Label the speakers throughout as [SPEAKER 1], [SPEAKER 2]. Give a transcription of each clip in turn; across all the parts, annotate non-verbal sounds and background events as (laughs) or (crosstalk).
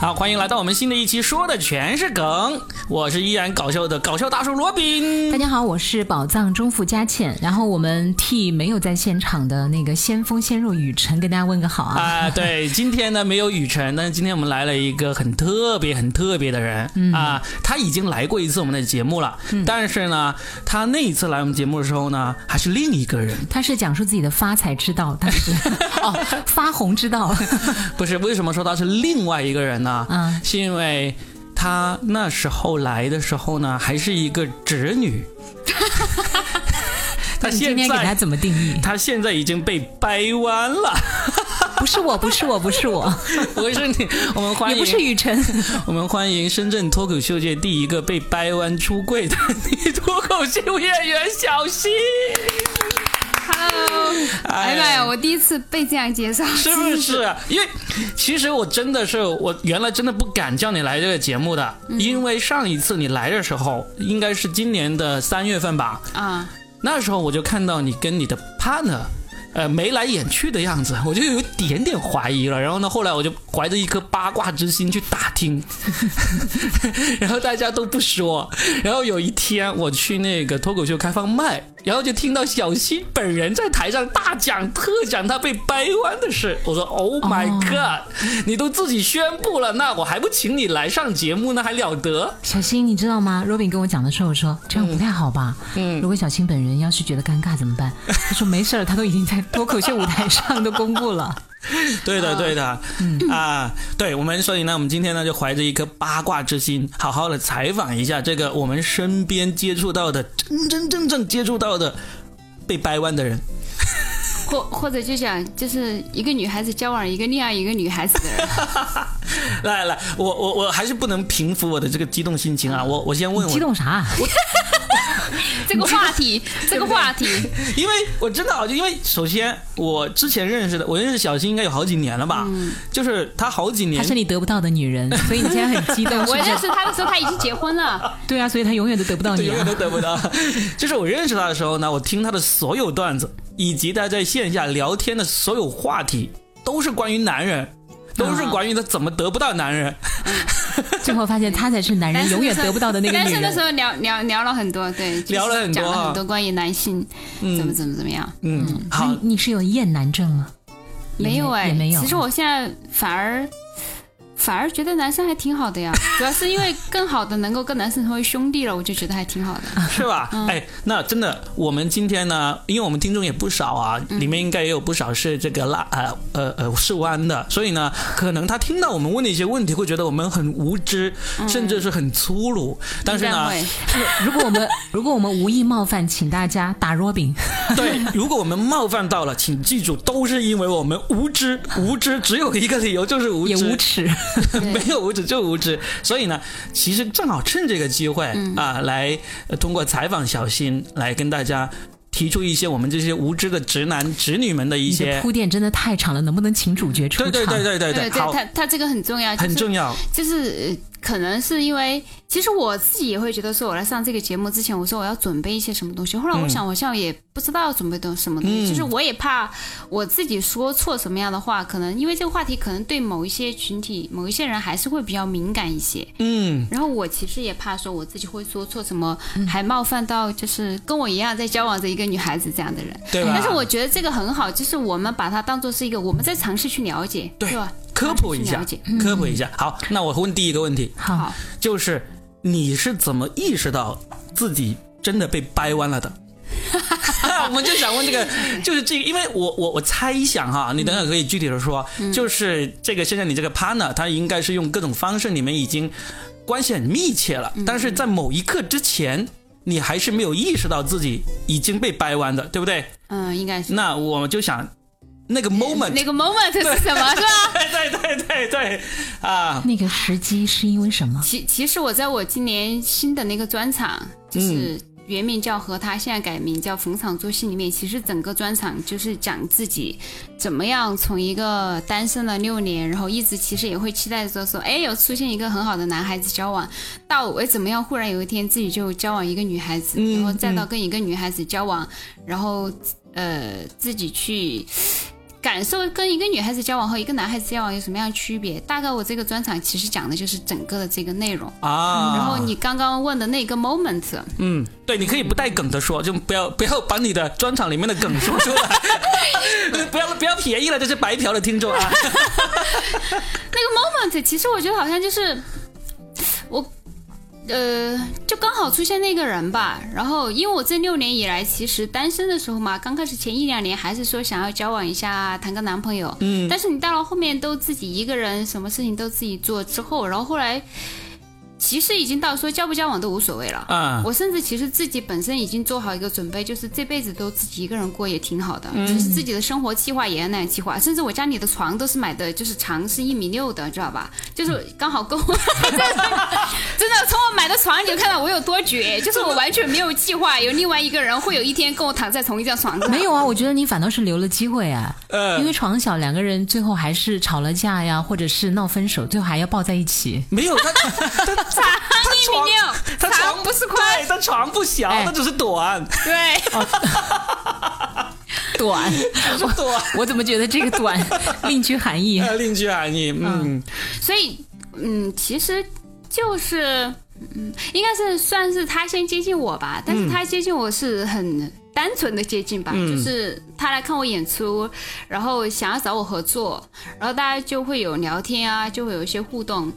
[SPEAKER 1] 好，欢迎来到我们新的一期，说的全是梗。我是依然搞笑的搞笑大叔罗宾。
[SPEAKER 2] 大家好，我是宝藏中富佳倩，然后我们替没有在现场的那个先锋先入雨辰跟大家问个好啊。
[SPEAKER 1] 啊，对，今天呢没有雨辰，但是今天我们来了一个很特别、很特别的人、
[SPEAKER 2] 嗯
[SPEAKER 1] 啊，他已经来过一次我们的节目了，但是呢，他那一次来我们节目的时候呢，还是另一个人，
[SPEAKER 2] 他是讲述自己的发财之道，他是 (laughs) 哦发红之道，
[SPEAKER 1] 不是？为什么说他是另外一个人呢？
[SPEAKER 2] 嗯
[SPEAKER 1] 是因为他那时候来的时候呢，还是一个侄
[SPEAKER 2] (laughs)
[SPEAKER 1] 女。他
[SPEAKER 2] 你今
[SPEAKER 1] 现
[SPEAKER 2] 天给他
[SPEAKER 1] 在
[SPEAKER 2] 怎么定义？
[SPEAKER 1] 他现在已经被掰弯了，
[SPEAKER 2] 不是我，不是我，不是我，
[SPEAKER 1] (laughs) 不是你，我们欢
[SPEAKER 2] 也
[SPEAKER 1] 迎，
[SPEAKER 2] 不是雨辰，
[SPEAKER 1] 我们欢迎深圳脱口秀界第一个被掰弯出柜的女脱口秀演员小溪。
[SPEAKER 3] Hello，哎呀我第一次被这样介绍，
[SPEAKER 1] 是不是？因为其实我真的是，我原来真的不敢叫你来这个节目的，因为上一次你来的时候，应该是今年的三月份吧，
[SPEAKER 3] 啊？
[SPEAKER 1] 那时候我就看到你跟你的 partner。呃，眉来眼去的样子，我就有一点点怀疑了。然后呢，后来我就怀着一颗八卦之心去打听， (laughs) 然后大家都不说。然后有一天我去那个脱口秀开放麦，然后就听到小溪本人在台上大讲特讲他被掰弯的事。我说 Oh my
[SPEAKER 2] 哦
[SPEAKER 1] god，、你都自己宣布了，那我还不请你来上节目，那还了得？
[SPEAKER 2] 小新，你知道吗？若饼跟我讲的时候，我说这样不太好吧。
[SPEAKER 1] 嗯
[SPEAKER 2] 如果小新本人要是觉得尴尬怎么办？他说没事儿，他都已经在脱口秀舞台上都公布了。
[SPEAKER 1] 对的，对的，
[SPEAKER 2] 嗯
[SPEAKER 1] 啊，对，我们所以呢，我们今天呢就怀着一颗八卦之心，好好的采访一下这个我们身边接触到的真真正正接触到的被掰弯的人。
[SPEAKER 3] 或或者就讲，就是一个女孩子交往一个恋爱一个女孩子 (laughs) 的人，
[SPEAKER 1] 来来，我我我还是不能平复我的这个激动心情啊！我我先问
[SPEAKER 2] 激
[SPEAKER 1] (laughs) 我，
[SPEAKER 2] 动啥？啊
[SPEAKER 3] 这个话题，这个话题，
[SPEAKER 1] 因为我真的好，因为首先我之前认识的，我认识小新应该有好几年了吧，
[SPEAKER 2] 嗯
[SPEAKER 1] 就是他好几
[SPEAKER 2] 她
[SPEAKER 1] 年
[SPEAKER 2] 是你得不到的女人，所以你现在
[SPEAKER 1] (laughs)
[SPEAKER 2] 很激动，是
[SPEAKER 3] (laughs) 我
[SPEAKER 2] 不
[SPEAKER 3] 认
[SPEAKER 2] 是？
[SPEAKER 3] 识她的时候，她已经结婚了，
[SPEAKER 2] 对啊，所以她永远都得不到
[SPEAKER 1] 对，
[SPEAKER 2] 你
[SPEAKER 1] 永
[SPEAKER 2] 啊
[SPEAKER 1] 远。都得不到。 (laughs) 就是我认识他的时候呢，我听他的所有段子，以及他在线下聊天的所有话题，都是关于男人，都是关于他怎么得不到男人。
[SPEAKER 2] 最后发现她才是男
[SPEAKER 3] 但
[SPEAKER 2] 人
[SPEAKER 3] 是
[SPEAKER 2] 永远
[SPEAKER 3] 那时候
[SPEAKER 2] 得不到的那个
[SPEAKER 3] 但
[SPEAKER 2] 女
[SPEAKER 3] 是那时
[SPEAKER 2] 人。
[SPEAKER 3] 候聊聊聊了很多，对，就是
[SPEAKER 1] 聊了很多
[SPEAKER 3] 讲
[SPEAKER 1] 啊
[SPEAKER 3] 了很多关于男性怎么怎么怎么样，
[SPEAKER 1] 嗯，好
[SPEAKER 2] 那，你是有厌男症啊吗？也
[SPEAKER 3] 没有哎
[SPEAKER 2] 也没，有。
[SPEAKER 3] 其实我现在反而。反而觉得男生还挺好的呀，主要是因为更好的能够跟男生成为兄弟了，我就觉得还挺好的。
[SPEAKER 1] 是吧？哎，那真的，我们今天呢，因为我们听众也不少啊，里面应该也有不少是这个拉呃呃呃是弯的，所以呢，可能他听到我们问的一些问题，会觉得我们很无知，甚至是很粗鲁。但是
[SPEAKER 3] 这样
[SPEAKER 1] 呢，
[SPEAKER 3] 会
[SPEAKER 2] 如果我们如果我们无意冒犯，请大家打 Robin。
[SPEAKER 1] 对，如果我们冒犯到了，请记住，都是因为我们无知，无知只有一个理由，就是无知，
[SPEAKER 2] 也无耻。
[SPEAKER 1] (laughs) 没有无知就无知。所以呢，其实正好趁这个机会、啊，来、呃通过采访小新来跟大家提出一些我们这些无知的直男直女们的一
[SPEAKER 2] 你
[SPEAKER 1] 些
[SPEAKER 2] 的，铺垫真的太长了，能不能请主角出
[SPEAKER 1] 对
[SPEAKER 2] 场？
[SPEAKER 1] 对对对哎对
[SPEAKER 3] 对，
[SPEAKER 1] 好，
[SPEAKER 3] 他他这个很重要，就是
[SPEAKER 1] 很重要，
[SPEAKER 3] 就是呃可能是因为，其实我自己也会觉得说，我来上这个节目之前，我说我要准备一些什么东西。后来我想，我好像也不知道准备东什么东西，
[SPEAKER 1] 嗯
[SPEAKER 3] 就是我也怕我自己说错什么样的话，可能因为这个话题可能对某一些群体、某一些人还是会比较敏感一些。
[SPEAKER 1] 嗯。
[SPEAKER 3] 然后我其实也怕说我自己会说错什么，还冒犯到就是跟我一样在交往着一个女孩子这样的人。
[SPEAKER 1] 对吧？
[SPEAKER 3] 但是我觉得这个很好，就是我们把它当做是一个我们在尝试去了解，
[SPEAKER 1] 对
[SPEAKER 3] 对吧？
[SPEAKER 1] 科普一下
[SPEAKER 3] 尝试去了解，
[SPEAKER 1] 科普一下。好，那我问第一个问题，
[SPEAKER 2] 好，
[SPEAKER 3] 好。
[SPEAKER 1] 就是你是怎么意识到自己真的被掰弯了的？ (laughs) 我们就想问这个，就是这个，因为我我我猜想哈，你等等可以具体的说，
[SPEAKER 3] 嗯
[SPEAKER 1] 就是这个现在你这个 partner 他应该是用各种方式，你们已经关系很密切了，
[SPEAKER 3] 嗯
[SPEAKER 1] 但是在某一刻之前，你还是没有意识到自己已经被掰弯的，对不对？
[SPEAKER 3] 嗯，应该是
[SPEAKER 1] 那我就想那个 moment，
[SPEAKER 3] 那个 moment 是什么，是吧？
[SPEAKER 1] (laughs) 对对对对对啊，
[SPEAKER 2] 那个时机是因为什么？
[SPEAKER 3] (laughs) 其其实我在我今年新的那个专场，
[SPEAKER 1] 嗯
[SPEAKER 3] 就是原名叫和他，现在改名叫逢场作戏里面，其实整个专场就是讲自己怎么样从一个单身了六年，然后一直其实也会期待着说，哎，有出现一个很好的男孩子交往，到我怎么样，忽然有一天自己就交往一个女孩子，
[SPEAKER 1] 嗯
[SPEAKER 3] 然后再到跟一个女孩子交往，然后呃自己去。感受跟一个女孩子交往和一个男孩子交往有什么样的区别？大概我这个专场其实讲的就是整个的这个内容。
[SPEAKER 1] 啊。
[SPEAKER 3] 嗯然后你刚刚问的那个 moment，
[SPEAKER 1] 嗯，对，你可以不带梗的说，就不要 (laughs) 不要把你的专场里面的梗说出
[SPEAKER 3] (laughs)
[SPEAKER 1] 来，不要不要便宜了这些白嫖的听众啊。
[SPEAKER 3] 那个 moment，其实我觉得好像就是我，呃，就刚好出现那个人吧。然后，因为我这六年以来，其实单身的时候嘛，刚开始前一两年还是说想要交往一下，谈个男朋友。嗯。但是你到了后面都自己一个人，什么事情都自己做之后，然后后来。其实已经到说交不交往都无所谓了，
[SPEAKER 1] 啊
[SPEAKER 3] 我甚至其实自己本身已经做好一个准备，就是这辈子都自己一个人过也挺好的，就是自己的生活计划也要那样计划，甚至我家里的床都是买的，就是长是一米六的，知道吧？就是刚好够我， (laughs) 真的真的从我买的床你就看到我有多
[SPEAKER 1] (laughs)
[SPEAKER 3] 绝，就是我完全没有计划，有另外一个人会有一天跟我躺在同一张床上，
[SPEAKER 2] 没有啊，我觉得你反倒是留了机会啊，
[SPEAKER 1] 呃
[SPEAKER 2] 因为床小，两个人最后还是吵了架呀，或者是闹分手，最后还要抱在一起。
[SPEAKER 1] 没有他，
[SPEAKER 3] (laughs)
[SPEAKER 1] 他他他
[SPEAKER 3] 一
[SPEAKER 1] 床
[SPEAKER 3] 米六，
[SPEAKER 1] 他
[SPEAKER 3] 床
[SPEAKER 1] 床
[SPEAKER 3] 不是宽
[SPEAKER 1] 对，他床不小，
[SPEAKER 2] 哎
[SPEAKER 1] 他只是短，
[SPEAKER 3] 对。
[SPEAKER 2] 哦 (laughs) 短，
[SPEAKER 1] 只是
[SPEAKER 3] (laughs)
[SPEAKER 1] 短。
[SPEAKER 2] 我怎么觉得这个
[SPEAKER 1] (laughs)
[SPEAKER 2] 短另具含义？
[SPEAKER 1] 呃，另居含义，嗯，
[SPEAKER 3] 所以，嗯，其实就是，嗯，应该是算是他先接近我
[SPEAKER 1] 嗯
[SPEAKER 3] 吧，但是他接近我是很单纯的接近吧，
[SPEAKER 1] 嗯
[SPEAKER 3] 就是他来看我演出，然后想要找我合作，然后大家就会有聊天啊，就会有一些互动，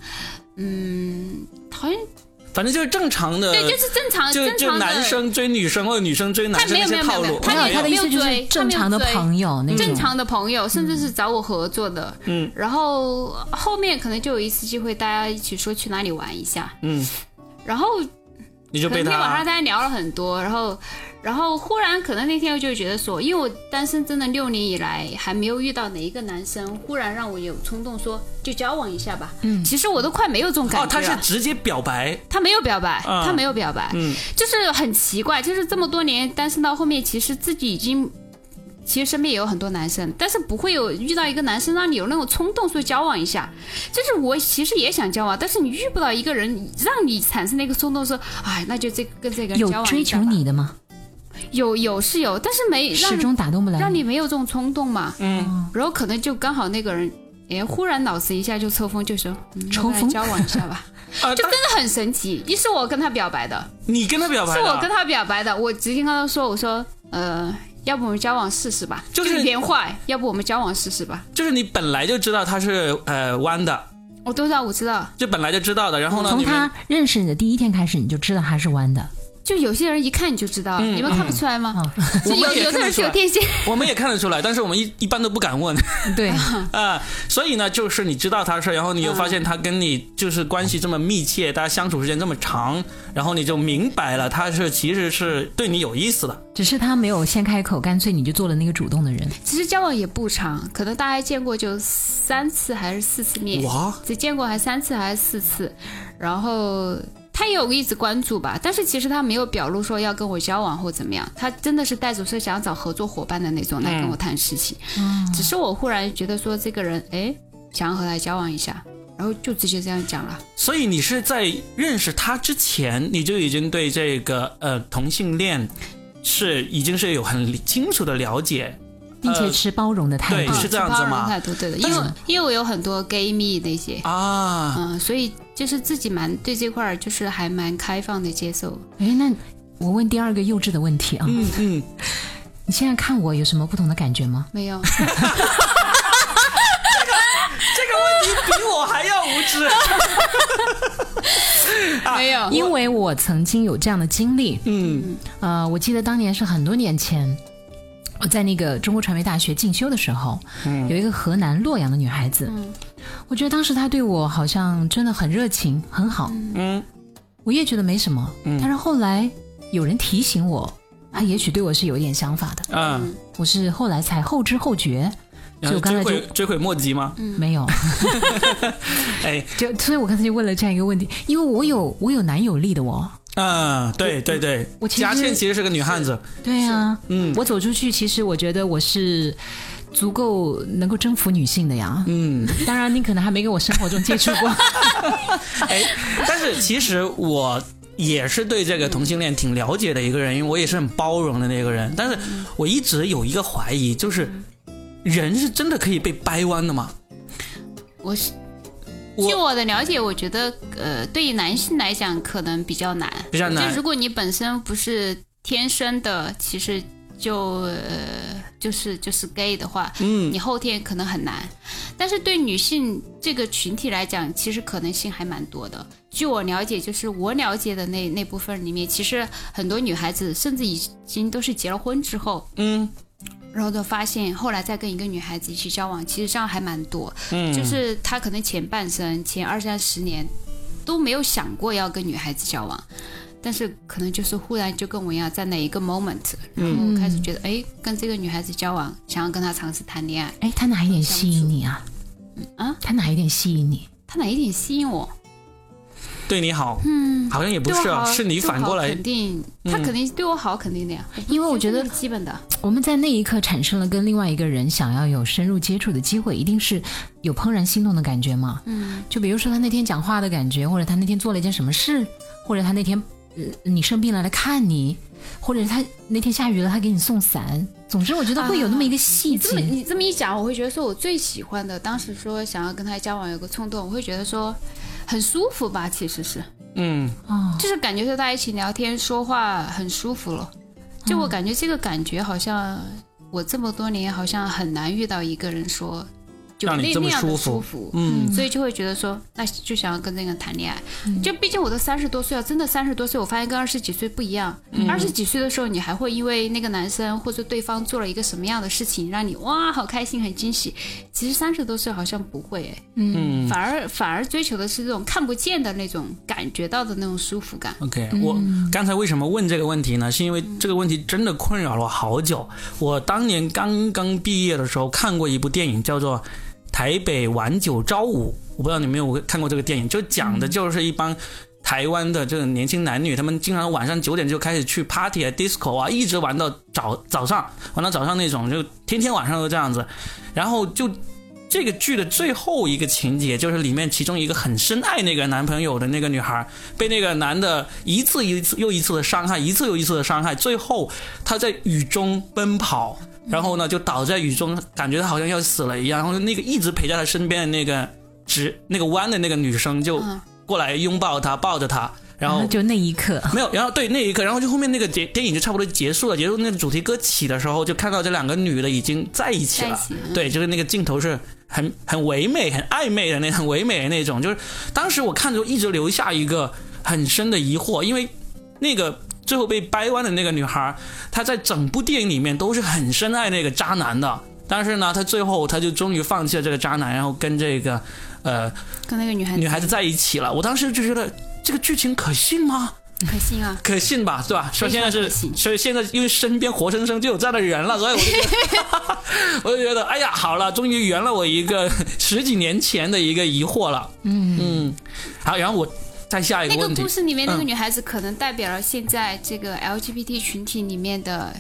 [SPEAKER 3] 嗯，好像
[SPEAKER 1] 反正就是正常的，
[SPEAKER 3] 对，就是正常
[SPEAKER 1] 呃就
[SPEAKER 3] 正
[SPEAKER 1] 就
[SPEAKER 3] 常的
[SPEAKER 1] 男生追女生或者女生追男生
[SPEAKER 3] 他没
[SPEAKER 1] 那
[SPEAKER 3] 有
[SPEAKER 1] 些套路，
[SPEAKER 3] 没有没有没有
[SPEAKER 2] 他的意思就
[SPEAKER 3] 他没有
[SPEAKER 2] 是
[SPEAKER 3] 追
[SPEAKER 2] 正常的朋友那种
[SPEAKER 3] 正。常的朋友，甚至是找我合作的，
[SPEAKER 1] 嗯，
[SPEAKER 3] 然后后面可能就有一次机会，大家一起说去哪里玩一下，
[SPEAKER 1] 嗯，
[SPEAKER 3] 然后
[SPEAKER 1] 你就
[SPEAKER 3] 可
[SPEAKER 1] 被
[SPEAKER 3] 能那天晚上
[SPEAKER 1] 他
[SPEAKER 3] 大家聊了很多，然后，然后忽然可能那天我就觉得说，因为我单身真的六年以来还没有遇到哪一个男生忽然让我有冲动说就交往一下吧。嗯，其实我都快没有这种感
[SPEAKER 1] 哦，
[SPEAKER 3] 觉啊
[SPEAKER 1] 他
[SPEAKER 3] 了。
[SPEAKER 1] 是直接表白，
[SPEAKER 3] 他没有表白，
[SPEAKER 1] 嗯
[SPEAKER 3] 他没有表白，
[SPEAKER 1] 嗯
[SPEAKER 3] 就是很奇怪，就是这么多年单身到后面，其实自己已经。其实身边也有很多男生，但是不会有遇到一个男生让你有那种冲动说交往一下。就是我其实也想交往，但是你遇不到一个人让你产生那个冲动说，哎，那就这跟这个人
[SPEAKER 2] 有
[SPEAKER 3] 交往一下吧
[SPEAKER 2] 追求你的吗？
[SPEAKER 3] 有有是有，但是没让
[SPEAKER 2] 始终打动不来
[SPEAKER 3] 让
[SPEAKER 2] 你。
[SPEAKER 3] 你没有这种冲动嘛。
[SPEAKER 1] 嗯，
[SPEAKER 3] 然后可能就刚好那个人，哎，忽然脑子一下就抽风，就说、嗯、
[SPEAKER 2] 抽风
[SPEAKER 3] 要不然交往一下
[SPEAKER 1] (laughs)
[SPEAKER 3] 吧，
[SPEAKER 1] 啊，
[SPEAKER 3] 就
[SPEAKER 1] 他
[SPEAKER 3] 真的很神奇。一是我跟他表白的，
[SPEAKER 1] 你跟他表白
[SPEAKER 3] 是
[SPEAKER 1] 的
[SPEAKER 3] 我跟他表白的，我直接跟他说，我说，呃，要不我们交往试试吧，
[SPEAKER 1] 就是
[SPEAKER 3] 连坏，要不我们交往试试吧。
[SPEAKER 1] 就是你本来就知道他是呃弯的，
[SPEAKER 3] 我都知道，我知道，
[SPEAKER 1] 就本来就知道的，然后呢，
[SPEAKER 2] 从
[SPEAKER 1] 你们
[SPEAKER 2] 他认识你的第一天开始，你就知道他是弯
[SPEAKER 3] (laughs)
[SPEAKER 2] 的。
[SPEAKER 3] 就有些人一看你就知道，你们看不出来吗？
[SPEAKER 2] 啊，
[SPEAKER 1] 嗯我
[SPEAKER 3] 就有
[SPEAKER 1] 们也
[SPEAKER 3] 有的
[SPEAKER 1] 看得
[SPEAKER 3] 人
[SPEAKER 1] 出
[SPEAKER 3] 是有
[SPEAKER 1] 来，
[SPEAKER 3] 电线，
[SPEAKER 1] 我们也看得出来，但是我们一一般都不敢
[SPEAKER 3] (laughs)
[SPEAKER 1] 问啊、
[SPEAKER 2] 对，
[SPEAKER 1] 所以呢，就是你知道他是，然后你又发现他跟你就是关系这么密切，大家相处时间这么长，然后你就明白了他是其实是对你有意思的。
[SPEAKER 2] (laughs) 只是他没有先开口，干脆你就做了那个主动的人。
[SPEAKER 3] 其实交往也不长，可能大概见过就三次还是四次面，
[SPEAKER 1] 哇，
[SPEAKER 3] 只见过还三次还是四次，然后他也有一直关注吧，但是其实他没有表露说要跟我交往或怎么样，他真的是带着说想要找合作伙伴的那种来跟我谈事情，
[SPEAKER 1] 嗯
[SPEAKER 3] 只是我忽然觉得说这个人哎想要和他交往一下，然后就直接这样讲了，
[SPEAKER 1] 所以你是在认识他之前，你就已经对这个呃同性恋是已经是有很清楚的了解，
[SPEAKER 2] 并且
[SPEAKER 1] 呃
[SPEAKER 2] 持包容的态
[SPEAKER 1] 对
[SPEAKER 2] 度
[SPEAKER 1] 你。是这样子吗
[SPEAKER 3] 包容态度对的，因为因为我有很多 gay 蜜那些，
[SPEAKER 1] 啊。
[SPEAKER 3] 嗯，所以就是自己蛮对这块儿就是还蛮开放的接受。
[SPEAKER 2] 哎，那我问第二个幼稚的问题啊，
[SPEAKER 1] 嗯嗯，
[SPEAKER 2] 你现在看我有什么不同的感觉吗？
[SPEAKER 3] 没有， (laughs)
[SPEAKER 1] 这个问题比我还要无
[SPEAKER 3] (laughs)
[SPEAKER 1] 知。
[SPEAKER 3] 没有，
[SPEAKER 2] 因为我曾经有这样的经历，
[SPEAKER 1] 嗯
[SPEAKER 2] 呃，我记得当年是很多年前，我在那个中国传媒大学进修的时候，有一个河南洛阳的女孩子，
[SPEAKER 1] 嗯
[SPEAKER 2] 我觉得当时她对我好像真的很热情，很好，
[SPEAKER 1] 嗯
[SPEAKER 2] 我也觉得没什么。但是后来有人提醒我，她也许对我是有点想法的，
[SPEAKER 1] 嗯，
[SPEAKER 2] 我是后来才后知后觉，所以我刚才
[SPEAKER 1] 追
[SPEAKER 2] 就嗯
[SPEAKER 1] 悔追悔莫及吗？
[SPEAKER 2] 没有。
[SPEAKER 1] 哎，
[SPEAKER 2] 就所以，我刚才就问了这样一个问题，因为我有我有男友力的哦我，
[SPEAKER 1] 嗯，对对对，
[SPEAKER 2] 我其实
[SPEAKER 1] 佳倩其实是个女汉子，
[SPEAKER 2] 对啊，嗯，我走出去，其实我觉得我是足够能够征服女性的呀。
[SPEAKER 1] 嗯，
[SPEAKER 2] 当然，你可能还没跟我生活中接触
[SPEAKER 3] (laughs)
[SPEAKER 2] 过，
[SPEAKER 1] 哎，但是其实我。也是对这个同性恋挺了解的一个人，因为我也是很包容的那个人。但是我一直有一个怀疑，就是人是真的可以被掰弯的吗？
[SPEAKER 3] 我是
[SPEAKER 1] 我
[SPEAKER 3] 据我的了解，我觉得呃，对于男性来讲可能比较难，
[SPEAKER 1] 比较难
[SPEAKER 3] 就如果你本身不是天生的，其实就呃就是就是 gay 的话，嗯，你后天可能很难。但是对女性这个群体来讲，其实可能性还蛮多的。据我了解，就是我了解的那那部分里面，其实很多女孩子甚至已经都是结了婚之后，
[SPEAKER 1] 嗯，
[SPEAKER 3] 然后就发现，后来再跟一个女孩子一起交往，其实这样还蛮多。嗯，就是他可能前半生、前二三十年都没有想过要跟女孩子交往，但是可能就是忽然就跟我一样，在哪一个 moment，然
[SPEAKER 1] 嗯
[SPEAKER 3] 后开始觉得，哎、跟这个女孩子交往，想要跟她尝试谈恋爱。
[SPEAKER 2] 哎，他哪一点吸引你啊？
[SPEAKER 3] 啊，
[SPEAKER 2] 他哪一点吸引你？
[SPEAKER 3] 她哪一点吸引我？
[SPEAKER 1] 对你好，嗯，好像也不
[SPEAKER 3] 对
[SPEAKER 1] 是
[SPEAKER 3] 我
[SPEAKER 1] 啊，
[SPEAKER 3] 好，
[SPEAKER 1] 是你
[SPEAKER 3] 对我
[SPEAKER 1] 反
[SPEAKER 3] 好
[SPEAKER 1] 过来嗯
[SPEAKER 3] 肯，定，她肯定对我好，肯定的呀。
[SPEAKER 2] 因为我觉得
[SPEAKER 3] 这是基本的，
[SPEAKER 2] 我们在那一刻产生了跟另外一个人想要有深入接触的机会，一定是有怦然心动的感觉嘛。
[SPEAKER 3] 嗯，
[SPEAKER 2] 就比如说他那天讲话的感觉，或者他那天做了一件什么事，或者他那天呃你生病了来看你，或者他那天下雨了他给你送伞。总之，我觉得会有那么一个细
[SPEAKER 3] 你这么
[SPEAKER 2] 节。
[SPEAKER 3] 你这么一讲，我会觉得说我最喜欢的，当时说想要跟他交往有个冲动，我会觉得说很舒服吧，其实是，
[SPEAKER 1] 嗯，
[SPEAKER 2] 哦，
[SPEAKER 3] 就是感觉在大家一起聊天说话很舒服了。就
[SPEAKER 1] 嗯
[SPEAKER 3] 我感觉这个感觉好像我这么多年好像很难遇到一个人说就
[SPEAKER 1] 让
[SPEAKER 3] 那
[SPEAKER 1] 你这么
[SPEAKER 3] 那样
[SPEAKER 1] 舒
[SPEAKER 3] 的
[SPEAKER 1] 服
[SPEAKER 3] 舒服，
[SPEAKER 1] 嗯，
[SPEAKER 3] 所以就会觉得说，那就想要跟这个人谈恋爱。就毕竟我都三十多岁了，啊真的三十多岁，我发现跟二十几岁不一样。二十、几岁的时候，你还会因为那个男生或者对方做了一个什么样的事情，让你哇好开心、很惊喜。其实三十多岁好像不会，哎，嗯，反而反而追求的是这种看不见的那种感觉到的那种舒服感。
[SPEAKER 1] OK，我刚才为什么问这个问题呢？是因为这个问题真的困扰了我好久。我当年刚刚毕业的时候看过一部电影，叫做《台北晚九朝五》，我不知道你们有没有看过这个电影，就讲的就是一帮。台湾的这种年轻男女，他们经常晚上九点就开始去 party 啊、disco 啊，一直玩到早早上，玩到早上那种，就天天晚上都这样子。然后就这个剧的最后一个情节，就是里面其中一个很深爱那个男朋友的那个女孩，被那个男的一次一次又一次的伤害，一次又一次的伤害，最后她在雨中奔跑，然后呢就倒在雨中，感觉她好像要死了一样。然后那个一直陪在她身边的那个直那个弯的那个女生就
[SPEAKER 3] 嗯
[SPEAKER 1] 过来拥抱她，抱着她，然
[SPEAKER 3] 啊
[SPEAKER 1] 后
[SPEAKER 2] 就那一刻，
[SPEAKER 1] 没有，然后对那一刻，然后就后面那个结电影就差不多结束了，结束那个主题歌起的时候，就看到这两个女的已经在一起了，
[SPEAKER 3] 在一起嗯
[SPEAKER 1] 对，就是那个镜头是很很唯美、很暧昧的那很唯美的那种，就是当时我看的时候一直留下一个很深的疑惑，因为那个。最后被掰弯的那个女孩，她在整部电影里面都是很深爱那个渣男的，但是呢，她最后她就终于放弃了这个渣男，然后跟这个呃
[SPEAKER 3] 跟那个女孩子
[SPEAKER 1] 女孩子在一起了。我当时就觉得这个剧情可信吗？
[SPEAKER 3] 开心啊，
[SPEAKER 1] 可信吧，对吧？所以现在是
[SPEAKER 3] 非常可，信
[SPEAKER 1] 所以现在因为身边活生生就有这样的人了，所以我就觉得，
[SPEAKER 3] (laughs)
[SPEAKER 1] 我就觉得，哎呀，好了，终于圆了我一个 (laughs) 十几年前的一个疑惑了。嗯嗯，好，然后我再下一
[SPEAKER 3] 那
[SPEAKER 1] 个
[SPEAKER 3] 个
[SPEAKER 1] 问题
[SPEAKER 3] 故，事里面那个
[SPEAKER 1] 嗯
[SPEAKER 3] 女孩子可能代表了现在这个 LGBT 群体里面的，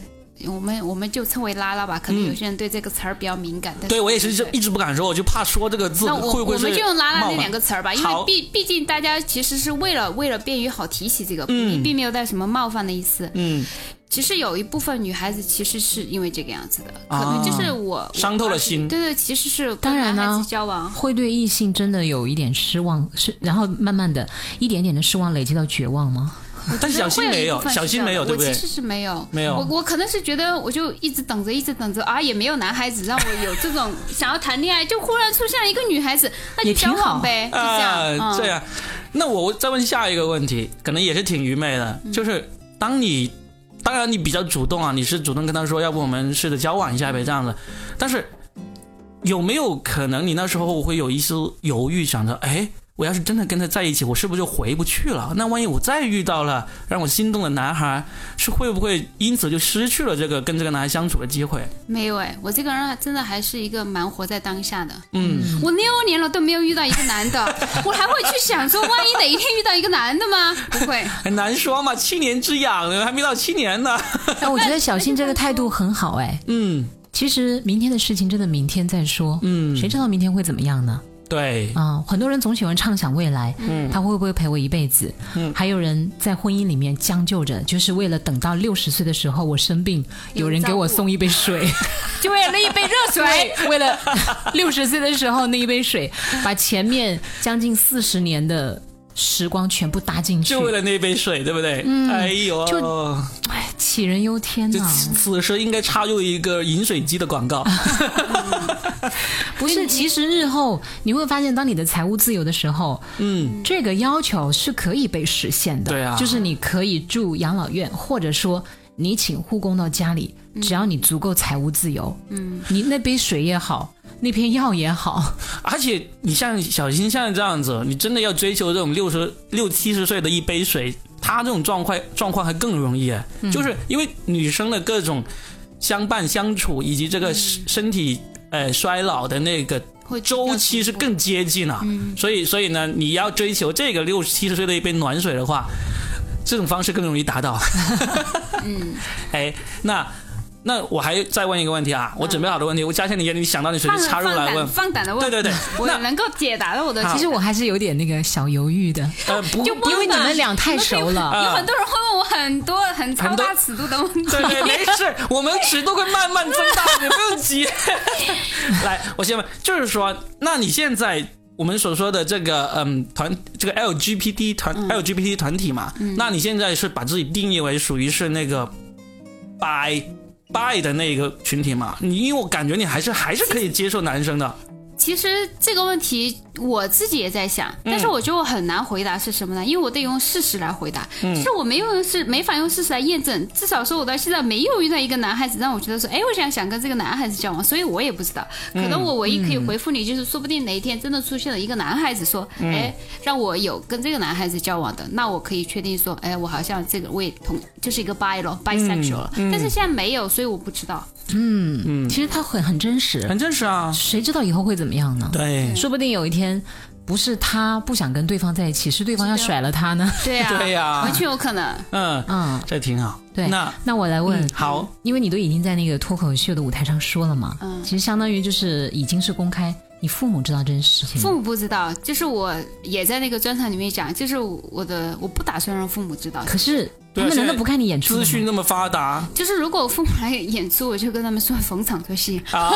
[SPEAKER 3] 我们我们就称为拉拉吧。可能有些人对这个词儿比较敏感，但
[SPEAKER 1] 对我也是就一直不敢说，我就怕说这个字
[SPEAKER 3] 那我
[SPEAKER 1] 会不会
[SPEAKER 3] 我
[SPEAKER 1] 是
[SPEAKER 3] 们就用“拉拉”
[SPEAKER 1] 冒
[SPEAKER 3] 那
[SPEAKER 1] 犯
[SPEAKER 3] 两个词儿吧，因
[SPEAKER 1] 好
[SPEAKER 3] 为毕毕竟大家其实是为了为了便于好提起这个，并并没有带什么冒犯的意思。
[SPEAKER 1] 嗯，
[SPEAKER 3] 其实有一部分女孩子其实是因为这个样子的，
[SPEAKER 1] 啊
[SPEAKER 3] 可能就是我
[SPEAKER 1] 伤透了心
[SPEAKER 3] 我对对，其实是跟
[SPEAKER 2] 当然
[SPEAKER 3] 男
[SPEAKER 2] 呢
[SPEAKER 3] 孩子交往，
[SPEAKER 2] 会对异性真的有一点失望，是然后慢慢的一点点的失望累积到绝望
[SPEAKER 3] (laughs)
[SPEAKER 2] 吗？
[SPEAKER 1] 但是小新没有
[SPEAKER 3] 会一部，分
[SPEAKER 1] 小新没有，
[SPEAKER 3] 是
[SPEAKER 1] 对
[SPEAKER 3] 这
[SPEAKER 1] 不对
[SPEAKER 3] 样的我其？实是没有，
[SPEAKER 1] 没有
[SPEAKER 3] 我我可能是觉得，我就一直等着，一直等着啊，也没有男孩子让我有这种想要谈恋爱，就忽然出现了一个女孩子，那就
[SPEAKER 2] 也挺
[SPEAKER 3] 交往
[SPEAKER 2] 好
[SPEAKER 3] 呗，就这
[SPEAKER 1] 啊，
[SPEAKER 3] 样。嗯
[SPEAKER 1] 这样。那我再问下一个问题，可能也是挺愚昧的，
[SPEAKER 3] 嗯
[SPEAKER 1] 就是当你，当然你比较主动啊，你是主动跟他说，要不我们试着交往一下呗，这样子。但是有没有可能你那时候会有一丝犹豫，想着，哎，我要是真的跟他在一起，我是不是就回不去了？那万一我再遇到了让我心动的男孩，是会不会因此就失去了这个跟这个男孩相处的机会？
[SPEAKER 3] 没有哎，我这个人真的还是一个蛮活在当下的。
[SPEAKER 1] 嗯，
[SPEAKER 3] 我六年了都没有遇到一个
[SPEAKER 1] (laughs)
[SPEAKER 3] 男的，我还会去想说，万一哪一天遇到一个男的吗？不会，
[SPEAKER 1] 很哎难说嘛，七年之痒还没到七年呢。
[SPEAKER 2] 哎，我觉得小新这个态度很好，哎，
[SPEAKER 1] 嗯，
[SPEAKER 2] 其实明天的事情真的明天再说，嗯，谁知道明天会怎么样呢？
[SPEAKER 1] 对，
[SPEAKER 2] 啊、很多人总喜欢畅想未来，
[SPEAKER 1] 嗯
[SPEAKER 2] 他会不会陪我一辈子？还有人在婚姻里面将就着，就是为了等到六十岁的时候我生病，有人给我送一
[SPEAKER 1] (laughs)
[SPEAKER 2] 杯水，
[SPEAKER 3] 就为了一杯热水，
[SPEAKER 2] 为了六十岁的时候那一杯水，把前面将近四十年的时光全部搭进去
[SPEAKER 1] 就，为了那杯水，对不对？哎呦，
[SPEAKER 2] 就
[SPEAKER 1] 就
[SPEAKER 2] 哎杞人忧天呐、
[SPEAKER 1] 此此时应该插入一个饮水机的广告。
[SPEAKER 2] 不
[SPEAKER 1] 哎
[SPEAKER 2] 是，其实日后你会发现，当你的财务自由的时候，
[SPEAKER 1] 嗯，
[SPEAKER 2] 这个要求是可以被实现的。
[SPEAKER 1] 对啊
[SPEAKER 2] 就是你可以住养老院，或者说你请护工到家里，只要你足够财务自由，嗯，你那杯水也好，那片药也好，
[SPEAKER 1] 而且你像小新像这样子，你真的要追求这种六十六七十岁的一杯水，她这种状况状况还更容易，啊就是因为女生的各种相伴相处以及这个身体、呃衰老的那个
[SPEAKER 3] 会
[SPEAKER 1] 周期是更接近了、
[SPEAKER 3] 嗯
[SPEAKER 1] 所以所以呢，你要追求这个六七十岁的一杯暖水的话，这种方式更容易达到。
[SPEAKER 3] (laughs) 嗯，
[SPEAKER 1] (laughs) 哎，那那我还再问一个问题啊，我准备好的问题，我嘉倩你你想到你随
[SPEAKER 3] 放
[SPEAKER 1] 时插入
[SPEAKER 3] 放
[SPEAKER 1] 来问
[SPEAKER 3] 胆，放胆的
[SPEAKER 1] 对
[SPEAKER 3] 问，
[SPEAKER 1] 对对，
[SPEAKER 3] 我
[SPEAKER 1] 那
[SPEAKER 3] 能够解答到我的
[SPEAKER 1] 好
[SPEAKER 3] 其
[SPEAKER 2] 其
[SPEAKER 3] 实
[SPEAKER 2] 实我还是有点那个小犹豫的，
[SPEAKER 1] 呃不，
[SPEAKER 3] 就
[SPEAKER 2] 因为你们俩太熟了。
[SPEAKER 1] 啊
[SPEAKER 3] 有很多人会问我很多很超
[SPEAKER 1] 很多
[SPEAKER 3] 大尺度的问题，
[SPEAKER 1] (laughs) 对对，没事，我们尺度会慢慢增大，你不用急。来，我先问，就是说，那你现在我们所说的这个嗯团，这个 LGBT 团、LGBT 团体嘛，那你现在是把自己定义为属于是那个 bi bi 的那个群体嘛？你因为我感觉你还是还是可以接受男生的，
[SPEAKER 3] 其实这个问题我自己也在想，但
[SPEAKER 1] 嗯
[SPEAKER 3] 是我觉得我很难回答是什么呢？因为我得用事实来回答，
[SPEAKER 1] 嗯
[SPEAKER 3] 就是我没有用事，没法用事实来验证。至少说，我到现在没有遇到一个男孩子让我觉得说，哎，我想想跟这个男孩子交往，所以我也不知道。可能
[SPEAKER 1] 嗯
[SPEAKER 3] 我唯一可以回复你就是，说不定哪一天真的出现了一个男孩子说，
[SPEAKER 1] 嗯
[SPEAKER 3] 哎，让我有跟这个男孩子交往的，那我可以确定说，哎，我好像这个我也同就是一个 bi 咯，bisexual
[SPEAKER 1] 嗯
[SPEAKER 3] 了。但是现在没有，所以我不知道。
[SPEAKER 2] 嗯，其实它很很真实，
[SPEAKER 1] 很正式啊。
[SPEAKER 2] 谁知道以后会怎么样呢？
[SPEAKER 1] 对，
[SPEAKER 2] 说不定有一天，不是他不想跟对方在一起，是对方要甩了他呢。
[SPEAKER 3] 对啊，
[SPEAKER 1] (laughs) 对呀
[SPEAKER 3] 完全有可能。
[SPEAKER 1] 嗯，
[SPEAKER 2] 嗯，
[SPEAKER 1] 这挺好。
[SPEAKER 2] 对。
[SPEAKER 1] 那
[SPEAKER 2] 那我来问，
[SPEAKER 1] 嗯好，
[SPEAKER 2] 因为你都已经在那个脱口秀的舞台上说了嘛，
[SPEAKER 3] 嗯
[SPEAKER 2] 其实相当于就是已经是公开，你父母知道这件事情吗，
[SPEAKER 3] 父母不知道，就是我也在那个专场里面讲，就是我的我不打算让父母知道。
[SPEAKER 2] 可是他
[SPEAKER 1] 对啊
[SPEAKER 2] 们难道不看你演出
[SPEAKER 1] 资
[SPEAKER 2] 吗？
[SPEAKER 1] 讯那么发达
[SPEAKER 3] 就是如果我父母来演出，我就跟他们说逢场作戏，
[SPEAKER 1] 啊，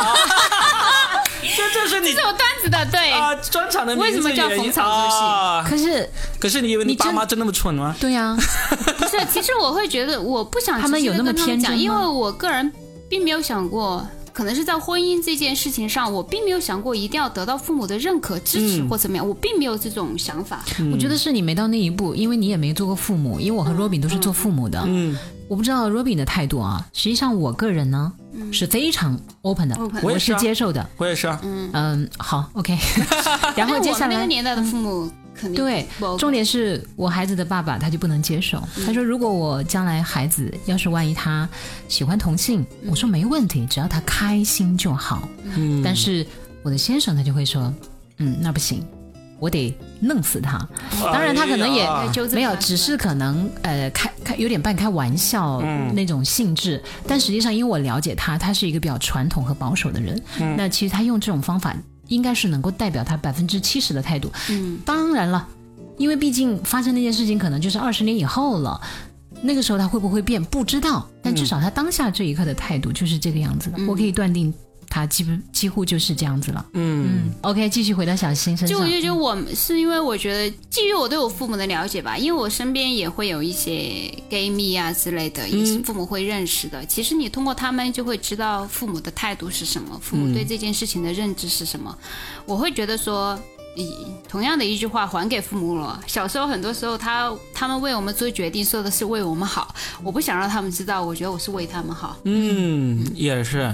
[SPEAKER 1] 这就是你
[SPEAKER 3] 这种段子的，对，
[SPEAKER 1] 啊，专场的名字
[SPEAKER 3] 为什么叫
[SPEAKER 1] 原因
[SPEAKER 3] 逢场作戏
[SPEAKER 1] 啊？
[SPEAKER 2] 可是，
[SPEAKER 1] 可是你以为你
[SPEAKER 2] 你真
[SPEAKER 1] 爸妈真那么蠢吗？
[SPEAKER 2] 对啊呀、
[SPEAKER 3] (laughs) 不是。其实我会觉得我不想
[SPEAKER 2] 他们
[SPEAKER 3] 直接
[SPEAKER 2] 有那么
[SPEAKER 3] 跟他们
[SPEAKER 2] 天
[SPEAKER 3] 讲
[SPEAKER 2] 真
[SPEAKER 3] 因
[SPEAKER 2] 吗
[SPEAKER 3] 为我个人并没有想过，可能是在婚姻这件事情上，我并没有想过一定要得到父母的认可、支持
[SPEAKER 1] 嗯
[SPEAKER 3] 或怎么样，我并没有这种想法。
[SPEAKER 2] 我觉得是你没到那一步，因为你也没做过父母，因为我和 Robin 都是做父母的，
[SPEAKER 1] 嗯，
[SPEAKER 2] 我不知道 Robin 的态度啊。实际上，我个人呢、是非常 open 的
[SPEAKER 3] 嗯 open
[SPEAKER 1] 我也是
[SPEAKER 2] 是
[SPEAKER 1] 啊
[SPEAKER 2] 接受的。
[SPEAKER 1] 我也是啊，
[SPEAKER 2] 嗯，好，OK。然
[SPEAKER 3] (laughs)
[SPEAKER 2] 后
[SPEAKER 3] 但
[SPEAKER 2] 接
[SPEAKER 3] 我
[SPEAKER 2] 下
[SPEAKER 3] 们那个
[SPEAKER 2] 来。嗯
[SPEAKER 3] 年代的父母肯定
[SPEAKER 2] 对
[SPEAKER 3] 不 OK
[SPEAKER 2] 重点是我孩子的爸爸他就不能接受，他说如果我将来孩子要是万一他喜欢同性，我说没问题，只要他开心就好。
[SPEAKER 1] 嗯，
[SPEAKER 2] 但是我的先生他就会说，嗯，那不行，我得弄死他。嗯当然他可能也
[SPEAKER 1] 哎
[SPEAKER 3] 对
[SPEAKER 1] 呀
[SPEAKER 3] 纠正
[SPEAKER 2] 没有，
[SPEAKER 3] 他
[SPEAKER 2] 只是可能呃开开有点半开玩笑、那种性质，但实际上因为我了解他，他是一个比较传统和保守的人，那其实他用这种方法应该是能够代表他百分之七十的态度。
[SPEAKER 3] 嗯，
[SPEAKER 2] 当然了，因为毕竟发生那件事情可能就是二十年以后了，那个时候他会不会变不知道，但至少他当下这一刻的态度就是这个样子的，我可以断定他基本几乎就是这样子了。
[SPEAKER 1] 嗯，
[SPEAKER 2] 嗯嗯，OK，继续回到小新身
[SPEAKER 3] 就
[SPEAKER 2] 上
[SPEAKER 3] 我。就觉得我们是因为我觉得基于我对我父母的了解吧，因为我身边也会有一些 gay 蜜啊之类的，也是父母会认识的。其实你通过他们就会知道父母的态度是什么，父母对这件事情的认知是什么。我会觉得说。以同样的一句话还给父母了。小时候很多时候他他们为我们做决定，说的是为我们好，我不想让他们知道，我觉得我是为他们好。
[SPEAKER 1] 嗯，也是。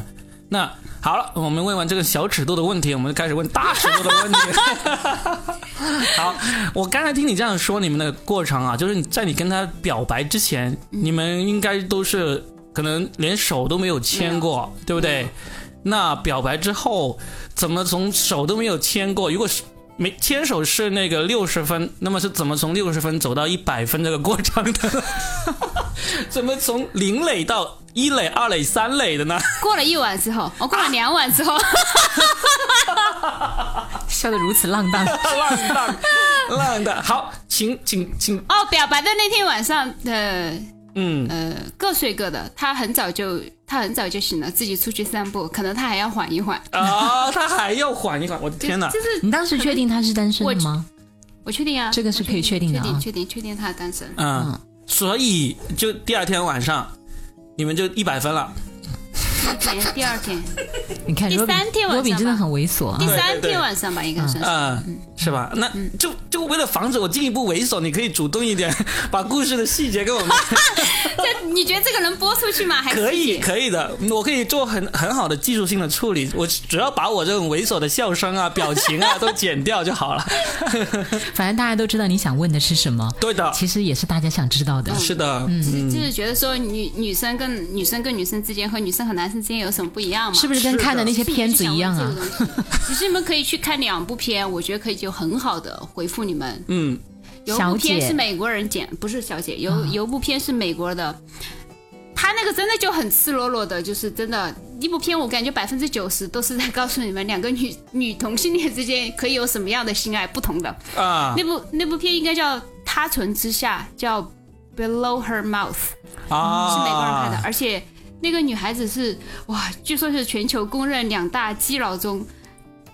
[SPEAKER 1] 那好了，我们问完这个小尺度的问题，我们就开始问大尺度的问题。 (laughs) 好，我刚才听你这样说你们的过程啊，就是你在你跟他表白之前，你们应该都是可能连手都没有牵过，对不对？那表白之后，怎么从手都没有牵过？如果是没牵手是那个六十分，那么是怎么从六十分走到一百分这个过程的？ (laughs) 怎么从零垒到一垒、二垒、三垒的呢？
[SPEAKER 3] 哦过了一晚之后，我、过了两晚之后，
[SPEAKER 2] 笑得如此浪荡。
[SPEAKER 1] (laughs) 浪荡浪荡。好，请请请，
[SPEAKER 3] (laughs) 哦，表白的那天晚上，呃
[SPEAKER 1] 嗯，
[SPEAKER 3] 呃，各睡各的。他很早就他很早就醒了，自己出去散步，可能他还要缓一缓。
[SPEAKER 1] 啊，他还要缓一缓，我的
[SPEAKER 3] 就
[SPEAKER 1] 天
[SPEAKER 2] 啊
[SPEAKER 1] 哪！
[SPEAKER 3] 就是
[SPEAKER 2] (laughs) 你当时确定他是单身的吗？
[SPEAKER 3] 我确定啊，
[SPEAKER 2] 这个是
[SPEAKER 3] 我
[SPEAKER 2] 可以确定的
[SPEAKER 3] 确
[SPEAKER 2] 啊
[SPEAKER 3] 定确定确定他单身。
[SPEAKER 1] 嗯，所以就第二天晚上，你们就一百分了。
[SPEAKER 3] 第二天，
[SPEAKER 2] 你看，
[SPEAKER 3] 第
[SPEAKER 2] 罗比
[SPEAKER 3] 三天晚上吧
[SPEAKER 2] 罗比真的很猥琐啊
[SPEAKER 3] 第。
[SPEAKER 1] 对
[SPEAKER 2] (laughs)
[SPEAKER 3] 三
[SPEAKER 1] 对
[SPEAKER 3] 天晚上吧，应该是。
[SPEAKER 2] 啊
[SPEAKER 1] 嗯，是吧？那就就为了防止我进一步猥琐，你可以主动一点，把故事的细节 (laughs) 跟我们
[SPEAKER 3] 这你觉得这个能播出去吗？还是
[SPEAKER 1] 可以可以的，我可以做很很好的技术性的处理，我只要把我这种猥琐的笑声啊、表情啊都剪掉就 (laughs) 好了。
[SPEAKER 2] 反正大家都知道你想问的是什么，
[SPEAKER 1] 对的，
[SPEAKER 2] 其实也是大家想知道的。
[SPEAKER 1] 是的，嗯，
[SPEAKER 3] 就是觉得说女女生跟女生跟女生之间和女生和男生之间有什么不一样嘛？
[SPEAKER 2] 是不是跟看的那些片子一样啊？
[SPEAKER 3] 就是想问
[SPEAKER 2] (laughs)
[SPEAKER 3] 这个东西？其实你们可以去看两部片，我觉得可以就很好的回复你们。
[SPEAKER 1] 嗯，
[SPEAKER 3] 有一部
[SPEAKER 2] 小
[SPEAKER 3] 片
[SPEAKER 2] 姐啊
[SPEAKER 3] 是美国人剪，不是小姐，有、有一部片是美国的，他那个真的就很赤裸裸的，就是真的。一部片我感觉百分之九十都是在告诉你们两个女女同性恋之间可以有什么样的性爱不同的。
[SPEAKER 1] 啊
[SPEAKER 3] 那部那部片应该叫《他唇之下》，叫《Below Her Mouth》。
[SPEAKER 1] 啊，
[SPEAKER 3] 是美国人拍的，而且那个女孩子是哇，据说是全球公认两大基佬中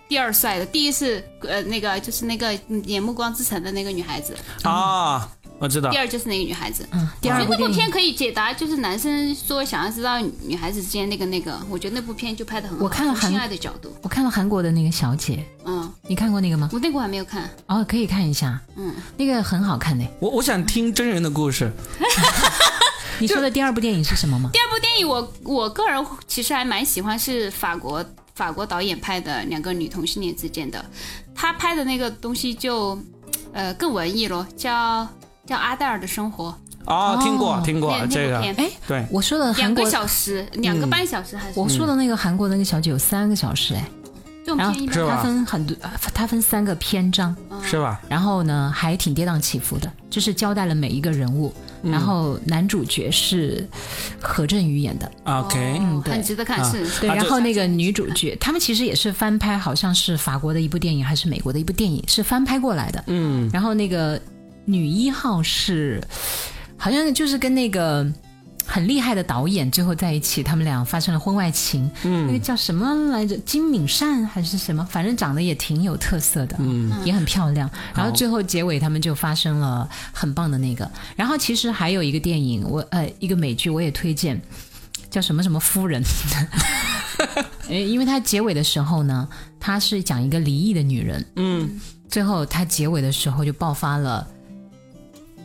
[SPEAKER 3] 第二帅的，第一是呃那个就是那个嗯演《暮光之城》的那个女孩子，
[SPEAKER 1] 啊，我知道
[SPEAKER 3] 第，二就是那个女孩子。
[SPEAKER 2] 嗯，第
[SPEAKER 3] 我觉
[SPEAKER 2] 二
[SPEAKER 3] 得
[SPEAKER 2] 部
[SPEAKER 3] 那部
[SPEAKER 2] 电
[SPEAKER 3] 片
[SPEAKER 2] 影，
[SPEAKER 3] 可以解答，就是男生说想要知道女孩子之间那个那个，我觉得那部片就拍的很好，
[SPEAKER 2] 我看了
[SPEAKER 3] 从
[SPEAKER 2] 韩
[SPEAKER 3] 性爱的角度，
[SPEAKER 2] 我看了韩国的那个小姐，
[SPEAKER 3] 嗯，
[SPEAKER 2] 你看过那个吗？
[SPEAKER 3] 我那部还没有看，
[SPEAKER 2] 哦，可以看一下，
[SPEAKER 3] 嗯，
[SPEAKER 2] 那个很好看的。
[SPEAKER 1] 我我想听真人的故事
[SPEAKER 2] 你说的第二部电影是什么吗？
[SPEAKER 3] 第二部电影我我个人其实还蛮喜欢，是法国法国导演拍的两个女同性恋之间的，他拍的那个东西就呃更文艺咯，叫叫阿黛尔的生活，
[SPEAKER 1] 啊，听过
[SPEAKER 2] 哦
[SPEAKER 1] 听过
[SPEAKER 3] 那
[SPEAKER 1] 这
[SPEAKER 3] 那部
[SPEAKER 1] 个，
[SPEAKER 3] 片
[SPEAKER 2] 哎，
[SPEAKER 1] 对，
[SPEAKER 2] 我说的
[SPEAKER 3] 两
[SPEAKER 2] 韩国嗯
[SPEAKER 3] 个，小时，两个半小时还是
[SPEAKER 2] 我说的那个韩国那个小姐有三个小时，哎，
[SPEAKER 3] 这种
[SPEAKER 2] 然
[SPEAKER 3] 片一
[SPEAKER 2] 后
[SPEAKER 1] 是吧
[SPEAKER 3] 般
[SPEAKER 2] 它分很多，它分三个篇章，
[SPEAKER 1] 是吧？
[SPEAKER 2] 然后呢还挺跌宕起伏的，就是交代了每一个人物。
[SPEAKER 1] 嗯
[SPEAKER 2] 嗯然后男主角是何振宇演的，
[SPEAKER 1] 嗯啊 OK，
[SPEAKER 3] 哦
[SPEAKER 2] 嗯对
[SPEAKER 3] 很值得看，
[SPEAKER 1] 啊
[SPEAKER 3] 是
[SPEAKER 2] 对，
[SPEAKER 1] 啊
[SPEAKER 2] 然
[SPEAKER 1] 就
[SPEAKER 2] 后那个女主
[SPEAKER 1] (laughs)
[SPEAKER 2] 角，他们其实也是翻拍，好像是法国的一部电影，还是美国的一部电影，是翻拍过来的。
[SPEAKER 1] 嗯，
[SPEAKER 2] 然后那个女一号是，好像就是跟那个很厉害的导演最后在一起，他们俩发生了婚外情。嗯，那个叫什么来着？金敏善还是什么？反正长得也挺有特色的，嗯，也很漂亮。然后最后结尾他们就发生了很棒的那个。然后其实还有一个电影，我呃一个美剧我也推荐，叫什么什么夫人。呃因为它结尾的时候呢，它是讲一个离异的女人，
[SPEAKER 3] 嗯
[SPEAKER 2] 最后他结尾的时候就爆发了，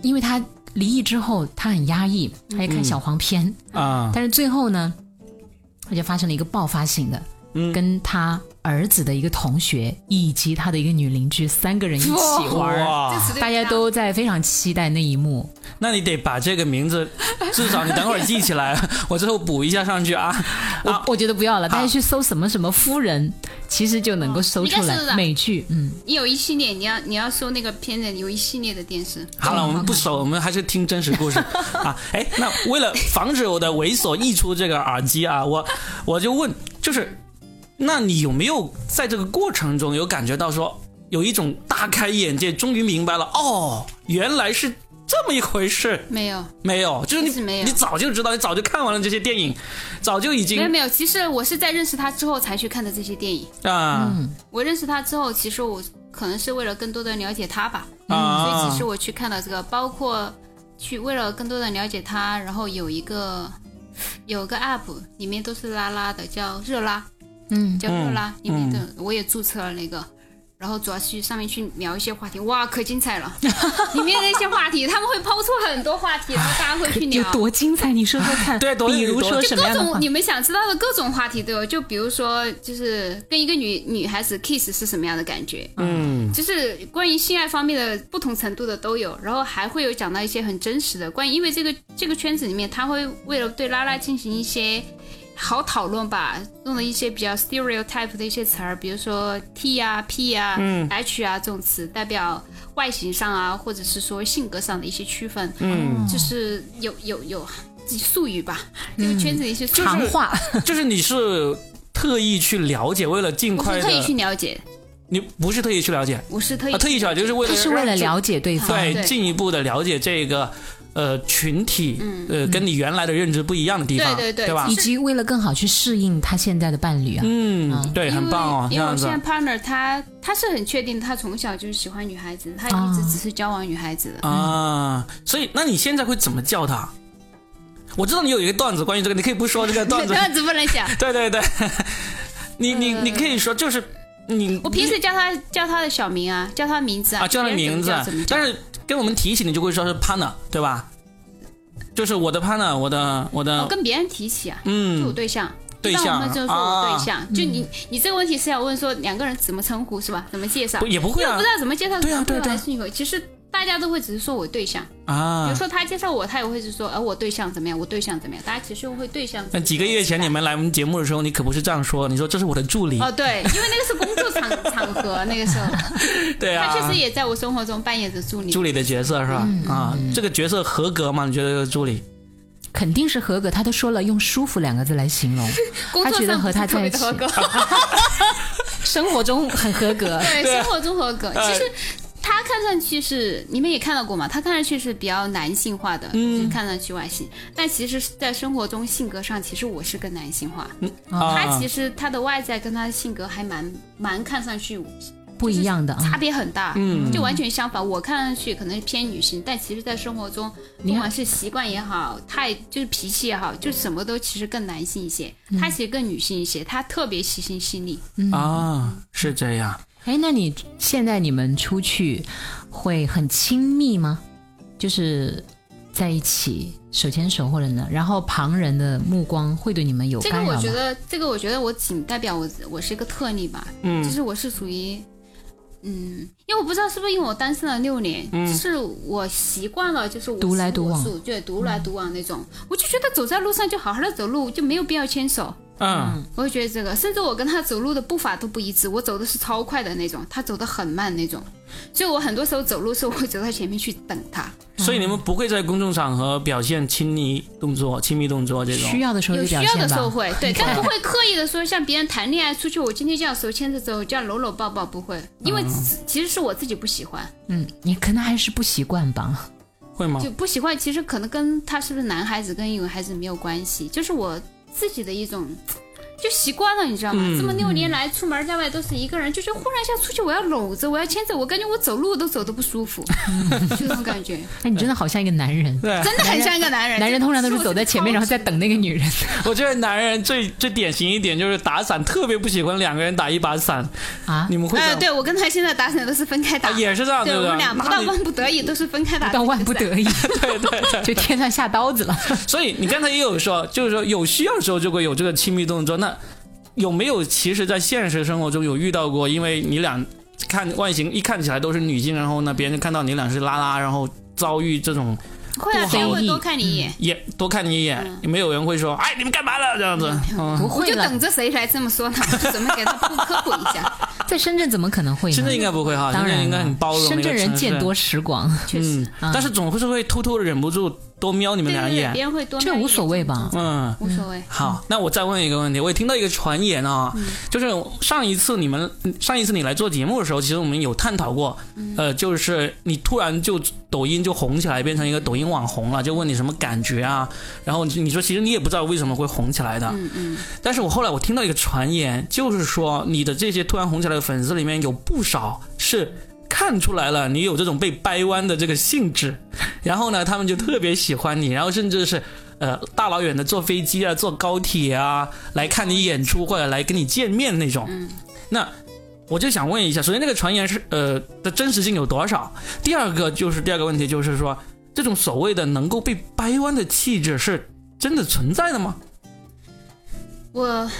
[SPEAKER 2] 因为他离异之后他很压抑，他也看小黄片，
[SPEAKER 3] 嗯
[SPEAKER 1] 啊，
[SPEAKER 2] 但是最后呢，他就发生了一个爆发性的，
[SPEAKER 3] 嗯
[SPEAKER 2] 跟他儿子的一个同学以及他的一个女邻居三个人一起嗯玩儿。
[SPEAKER 1] 哇，
[SPEAKER 2] 大家
[SPEAKER 3] 啊
[SPEAKER 2] 都在非常期待那一幕，
[SPEAKER 1] 那你得把这个名字，至少你等会儿记起来， (laughs) 我最后补一下上去啊。啊
[SPEAKER 2] 我我觉得不要了，大家去搜什么什么夫人，其实就能够搜出
[SPEAKER 3] 哦应该是
[SPEAKER 2] 来
[SPEAKER 3] 的
[SPEAKER 2] 美剧。嗯，
[SPEAKER 3] 你有一系列，你要你要说那个片子有一系列的电视，
[SPEAKER 1] 好了，我们不熟，我们还是听真实故事啊。哎，那为了防止我的猥琐溢出这个耳机啊，我我就问，就是，那你有没有在这个过程中有感觉到说有一种大开眼界，终于明白了哦，原来是这么一回事？
[SPEAKER 3] 没有。
[SPEAKER 1] 没有，就是
[SPEAKER 3] 其
[SPEAKER 1] 你
[SPEAKER 3] 实没有
[SPEAKER 1] 你早就知道，你早就看完了这些电影，早就已经
[SPEAKER 3] 没有没有，其实我是在认识他之后才去看的这些电影。
[SPEAKER 1] 啊、
[SPEAKER 3] 我认识他之后，其实我可能是为了更多的了解他吧，嗯
[SPEAKER 1] 啊
[SPEAKER 3] 所以其实我去看了这个，包括去为了更多的了解他，然后有一个有个 app 里面都是拉拉的，叫热拉，
[SPEAKER 2] 嗯，
[SPEAKER 3] 叫热拉，里面的我也注册了那个。然后主要去上面去聊一些话题，哇，可精彩了！里面那些话题，他们会抛出很多话题，然后大家会
[SPEAKER 2] (laughs)
[SPEAKER 3] 去
[SPEAKER 2] 有
[SPEAKER 3] 聊。
[SPEAKER 2] 多精彩？你说说
[SPEAKER 1] (laughs)
[SPEAKER 2] 看。
[SPEAKER 1] 对多
[SPEAKER 2] 比如
[SPEAKER 1] 多
[SPEAKER 2] 说什么
[SPEAKER 3] 各
[SPEAKER 2] 样的话
[SPEAKER 3] 种你们想知道的各种话题都有，就比如说，就是跟一个女女孩子 kiss 是什么样的感觉，嗯，就是关于性爱方面的不同程度的都有，然后还会有讲到一些很真实的关于，因为这个这个圈子里面，他会为了对拉拉进行一些好讨论吧，用了一些比较 stereotype 的一些词儿，比如说 T 啊、P 啊、H 啊这种词，代表外形上啊，或者是说性格上的一些区分，嗯，就是有有有术语吧，这个圈子的一些术语
[SPEAKER 2] 行话，
[SPEAKER 3] 哦
[SPEAKER 1] 就是你是特意去了解，为了尽
[SPEAKER 3] 我
[SPEAKER 1] 快
[SPEAKER 3] 是特意去
[SPEAKER 1] 的，
[SPEAKER 3] 了解，
[SPEAKER 1] 你不是特意去了解，
[SPEAKER 3] 我是特意
[SPEAKER 1] 啊，特意去了解就是为了
[SPEAKER 2] 他是为了
[SPEAKER 1] 让
[SPEAKER 2] 了解对方，
[SPEAKER 1] 对
[SPEAKER 3] 啊对
[SPEAKER 1] 进一步的了解这个呃群体，呃，跟你原来的认知不一样的地方，
[SPEAKER 3] 嗯对对对
[SPEAKER 1] 吧
[SPEAKER 2] 以？及为了更好去适应他现在的伴侣啊。
[SPEAKER 1] 嗯，对，
[SPEAKER 3] 因为
[SPEAKER 1] 很棒哦，这
[SPEAKER 3] 因为
[SPEAKER 1] 样
[SPEAKER 3] 我
[SPEAKER 1] 子
[SPEAKER 3] 现，在 partner 他他是很确定，他从小就是喜欢女孩子，他一直只是交往女孩子的。
[SPEAKER 1] 啊，所以那你现在会怎么叫他？我知道你有一个段子关于这个，你可以不说这个
[SPEAKER 3] (laughs)
[SPEAKER 1] 段子，
[SPEAKER 3] 段子不能讲，
[SPEAKER 1] 对对对， (laughs) 你你你可以说就是你
[SPEAKER 3] 呃我平时叫他叫他的小名啊，叫他名字
[SPEAKER 1] 啊叫他
[SPEAKER 3] 别人
[SPEAKER 1] 名字
[SPEAKER 3] 怎么叫怎么，叫
[SPEAKER 1] 但是跟我们提起你就会说是 partner 对吧？就是我的 partner，我的我
[SPEAKER 3] 我
[SPEAKER 1] 的
[SPEAKER 3] 哦跟别人提起啊，是我
[SPEAKER 1] 嗯
[SPEAKER 3] 对象。
[SPEAKER 1] 对
[SPEAKER 3] 一般
[SPEAKER 1] 象
[SPEAKER 3] 我们就说我对象，就你你这个问题是要问说两个人怎么称呼是吧？怎么介绍
[SPEAKER 1] 不？也不会
[SPEAKER 3] 因为我
[SPEAKER 1] 啊
[SPEAKER 3] 不知道怎么介绍
[SPEAKER 1] 对啊
[SPEAKER 3] 男朋友
[SPEAKER 1] 对啊
[SPEAKER 3] 还是女朋友，其实大家都会只是说我对象，比
[SPEAKER 1] 啊
[SPEAKER 3] 如！说他介绍我，他也会是说，呃，我对象怎么样，我对象怎么样，大家其实会对象。
[SPEAKER 1] 那几个月前你们来我们节目的时候，你可不是这样说，你说这是我的助理，
[SPEAKER 3] 哦，对，因为那个是工作场场合，那
[SPEAKER 1] (laughs)
[SPEAKER 3] 个时候
[SPEAKER 1] 对啊，
[SPEAKER 3] 他确实嗯也在我生活中扮演着助理
[SPEAKER 1] 助。理的角色是吧？啊，这个角色合格吗？你觉得这个助理？
[SPEAKER 2] 肯定是合格，他都说了用“舒服”两个字来形容，
[SPEAKER 3] 工
[SPEAKER 2] 他
[SPEAKER 3] 作
[SPEAKER 2] 觉得
[SPEAKER 3] 上
[SPEAKER 2] 和他
[SPEAKER 3] 特
[SPEAKER 2] 在
[SPEAKER 3] 别
[SPEAKER 2] 一
[SPEAKER 3] 的
[SPEAKER 2] 起，
[SPEAKER 3] 合格，
[SPEAKER 2] (laughs)
[SPEAKER 1] (laughs)
[SPEAKER 2] 生活中很合格。
[SPEAKER 3] 对，
[SPEAKER 1] 对啊
[SPEAKER 3] 生活中合格。
[SPEAKER 1] 呃
[SPEAKER 3] 其实他看上去是你们也看到过嘛，他看上去是比较男性化的，
[SPEAKER 1] 嗯
[SPEAKER 3] 就是看上去外形，但其实，在生活中性格上，其实我是更男性化。
[SPEAKER 1] 啊，
[SPEAKER 3] 哦他其实他的外在跟他的性格还蛮蛮看上去
[SPEAKER 2] (laughs) 不一样的啊，
[SPEAKER 3] 差别很大，嗯，就完全相反。我看上去可能偏女性，但其实，在生活中，不管是习惯也好，态就是脾气也好，就什么都其实更男性一些。
[SPEAKER 2] 嗯
[SPEAKER 3] 他其实更女性一些，他特别细心细腻。
[SPEAKER 1] 啊是这样，
[SPEAKER 2] 哎，那你现在你们出去会很亲密吗？就是在一起手牵手或者呢，然后旁人的目光会对你们有
[SPEAKER 3] 这个
[SPEAKER 2] 干扰
[SPEAKER 3] 我
[SPEAKER 2] 吗？
[SPEAKER 3] 觉得，这个我觉得我仅代表我，我是一个特例吧。嗯，就是我是属于，嗯，因为我不知道是不是因为我单身了六年，就是我习惯了，就是我
[SPEAKER 2] 嗯独来独往
[SPEAKER 3] 行我素，对，独来独往那种。我就觉得走在路上就好好的走路，就没有必要牵手。
[SPEAKER 1] 嗯
[SPEAKER 3] 我会觉得这个，甚至我跟他走路的步伐都不一致，我走的是超快的那种，他走的很慢那种，所以我很多时候走路的时候我会走到前面去等他，
[SPEAKER 1] 所以你们不会在公众场合表现亲密动作、亲密动作这种
[SPEAKER 2] 需要的时候
[SPEAKER 3] 有
[SPEAKER 2] 就
[SPEAKER 3] 需
[SPEAKER 2] 表
[SPEAKER 3] 要的
[SPEAKER 2] 现
[SPEAKER 3] 时候
[SPEAKER 2] 吧。
[SPEAKER 3] 会，对，但不会刻意的说像别人谈恋爱出去，我今天这样手牵着走，这样搂搂抱抱，不会，因为只其实是我自己不喜欢，
[SPEAKER 2] 嗯，你可能还是不习惯吧。
[SPEAKER 1] 会
[SPEAKER 2] 哦
[SPEAKER 1] 吗
[SPEAKER 3] 就？不喜欢，其实可能跟他是不是男孩子跟女孩子没有关系，就是我自己的一种。就习惯了，你知道吗？
[SPEAKER 2] 嗯
[SPEAKER 3] 这么六年来，出门在外都是一个人，就觉得忽然一下出去，我要搂着，我要牵着，我感觉我走路都走的不舒服，
[SPEAKER 2] 嗯
[SPEAKER 3] (laughs) 就那种感觉，
[SPEAKER 2] 哎，你真的好像一个男人。
[SPEAKER 1] 对，
[SPEAKER 3] 真的很像一个男人。
[SPEAKER 2] 男人通常都是
[SPEAKER 3] 就
[SPEAKER 2] 走在前面，然后再等那个女人。
[SPEAKER 1] (laughs) 我觉得男人最最典型一点就是打伞，特别不喜欢两个人打一把伞。 (laughs)
[SPEAKER 2] 啊
[SPEAKER 1] 你们会这
[SPEAKER 3] 哎，
[SPEAKER 1] 样？
[SPEAKER 3] 对我跟他现在打伞都是分开打，
[SPEAKER 1] 啊也是这样，
[SPEAKER 3] 对
[SPEAKER 1] 不
[SPEAKER 3] 我
[SPEAKER 1] 对？
[SPEAKER 3] 们俩不到
[SPEAKER 1] 那
[SPEAKER 3] 万
[SPEAKER 1] 你
[SPEAKER 3] 不得已都是分开打的。
[SPEAKER 2] 到万不得已，
[SPEAKER 1] 对对对。
[SPEAKER 2] 就天上下刀子了。
[SPEAKER 1] 所以你刚才也有说，就是说有需要的时候就会有这个亲密动作。那有没有其实，在现实生活中有遇到过，因为你俩看外形一看起来都是女性，然后呢，别人就看到你俩是拉拉，然后遭遇这种
[SPEAKER 3] 会啊，
[SPEAKER 2] 不好嗯
[SPEAKER 3] 谁会多看你一眼？
[SPEAKER 1] 也多看你一眼，
[SPEAKER 3] 嗯
[SPEAKER 1] 也没有人会说，哎，你们干嘛了这样子？嗯，
[SPEAKER 2] 不
[SPEAKER 3] 我
[SPEAKER 2] 会
[SPEAKER 3] 就
[SPEAKER 2] 了
[SPEAKER 3] 等，着谁来这么说呢，我就准备给他科普一
[SPEAKER 2] (laughs)
[SPEAKER 3] 下。
[SPEAKER 2] 在深圳怎么可能会呢？
[SPEAKER 1] 深圳应该不会哈，
[SPEAKER 2] 当
[SPEAKER 1] 深圳
[SPEAKER 2] 然
[SPEAKER 1] 应该
[SPEAKER 2] 了
[SPEAKER 1] 很包容。啊
[SPEAKER 2] 深圳人见多，识广，
[SPEAKER 3] 确实，
[SPEAKER 1] 嗯，但是总会是会偷偷的忍不住多瞄你们
[SPEAKER 3] 对
[SPEAKER 1] 两
[SPEAKER 3] 对对，
[SPEAKER 1] 眼
[SPEAKER 3] 别。人会多看
[SPEAKER 2] 这
[SPEAKER 3] 一眼，
[SPEAKER 2] 无所谓吧？
[SPEAKER 1] 嗯，
[SPEAKER 3] 无所谓。
[SPEAKER 1] 好，那我再问一个问题，我也听到一个传言啊，
[SPEAKER 3] 嗯
[SPEAKER 1] 就是上一次你们上一次你来做节目的时候，其实我们有探讨过，
[SPEAKER 3] 嗯
[SPEAKER 1] 呃，就是你突然就抖音就红起来，变成一个抖音网红了，就问你什么感觉啊？然后你你说其实你也不知道为什么会红起来的，
[SPEAKER 3] 嗯嗯，
[SPEAKER 1] 但是我后来我听到一个传言，就是说你的这些突然红起来的粉丝里面有不少是看出来了你有这种被掰弯的这个性质， (laughs) 然后呢，他们就特别喜欢你，然后甚至是呃大老远的坐飞机啊、坐高铁啊来看你演出或者来跟你见面那种。那我就想问一下，首先这个传言是呃的真实性有多少？第二个就是第二个问题就是说，这种所谓的能够被掰弯的气质是真的存在的吗？
[SPEAKER 3] 我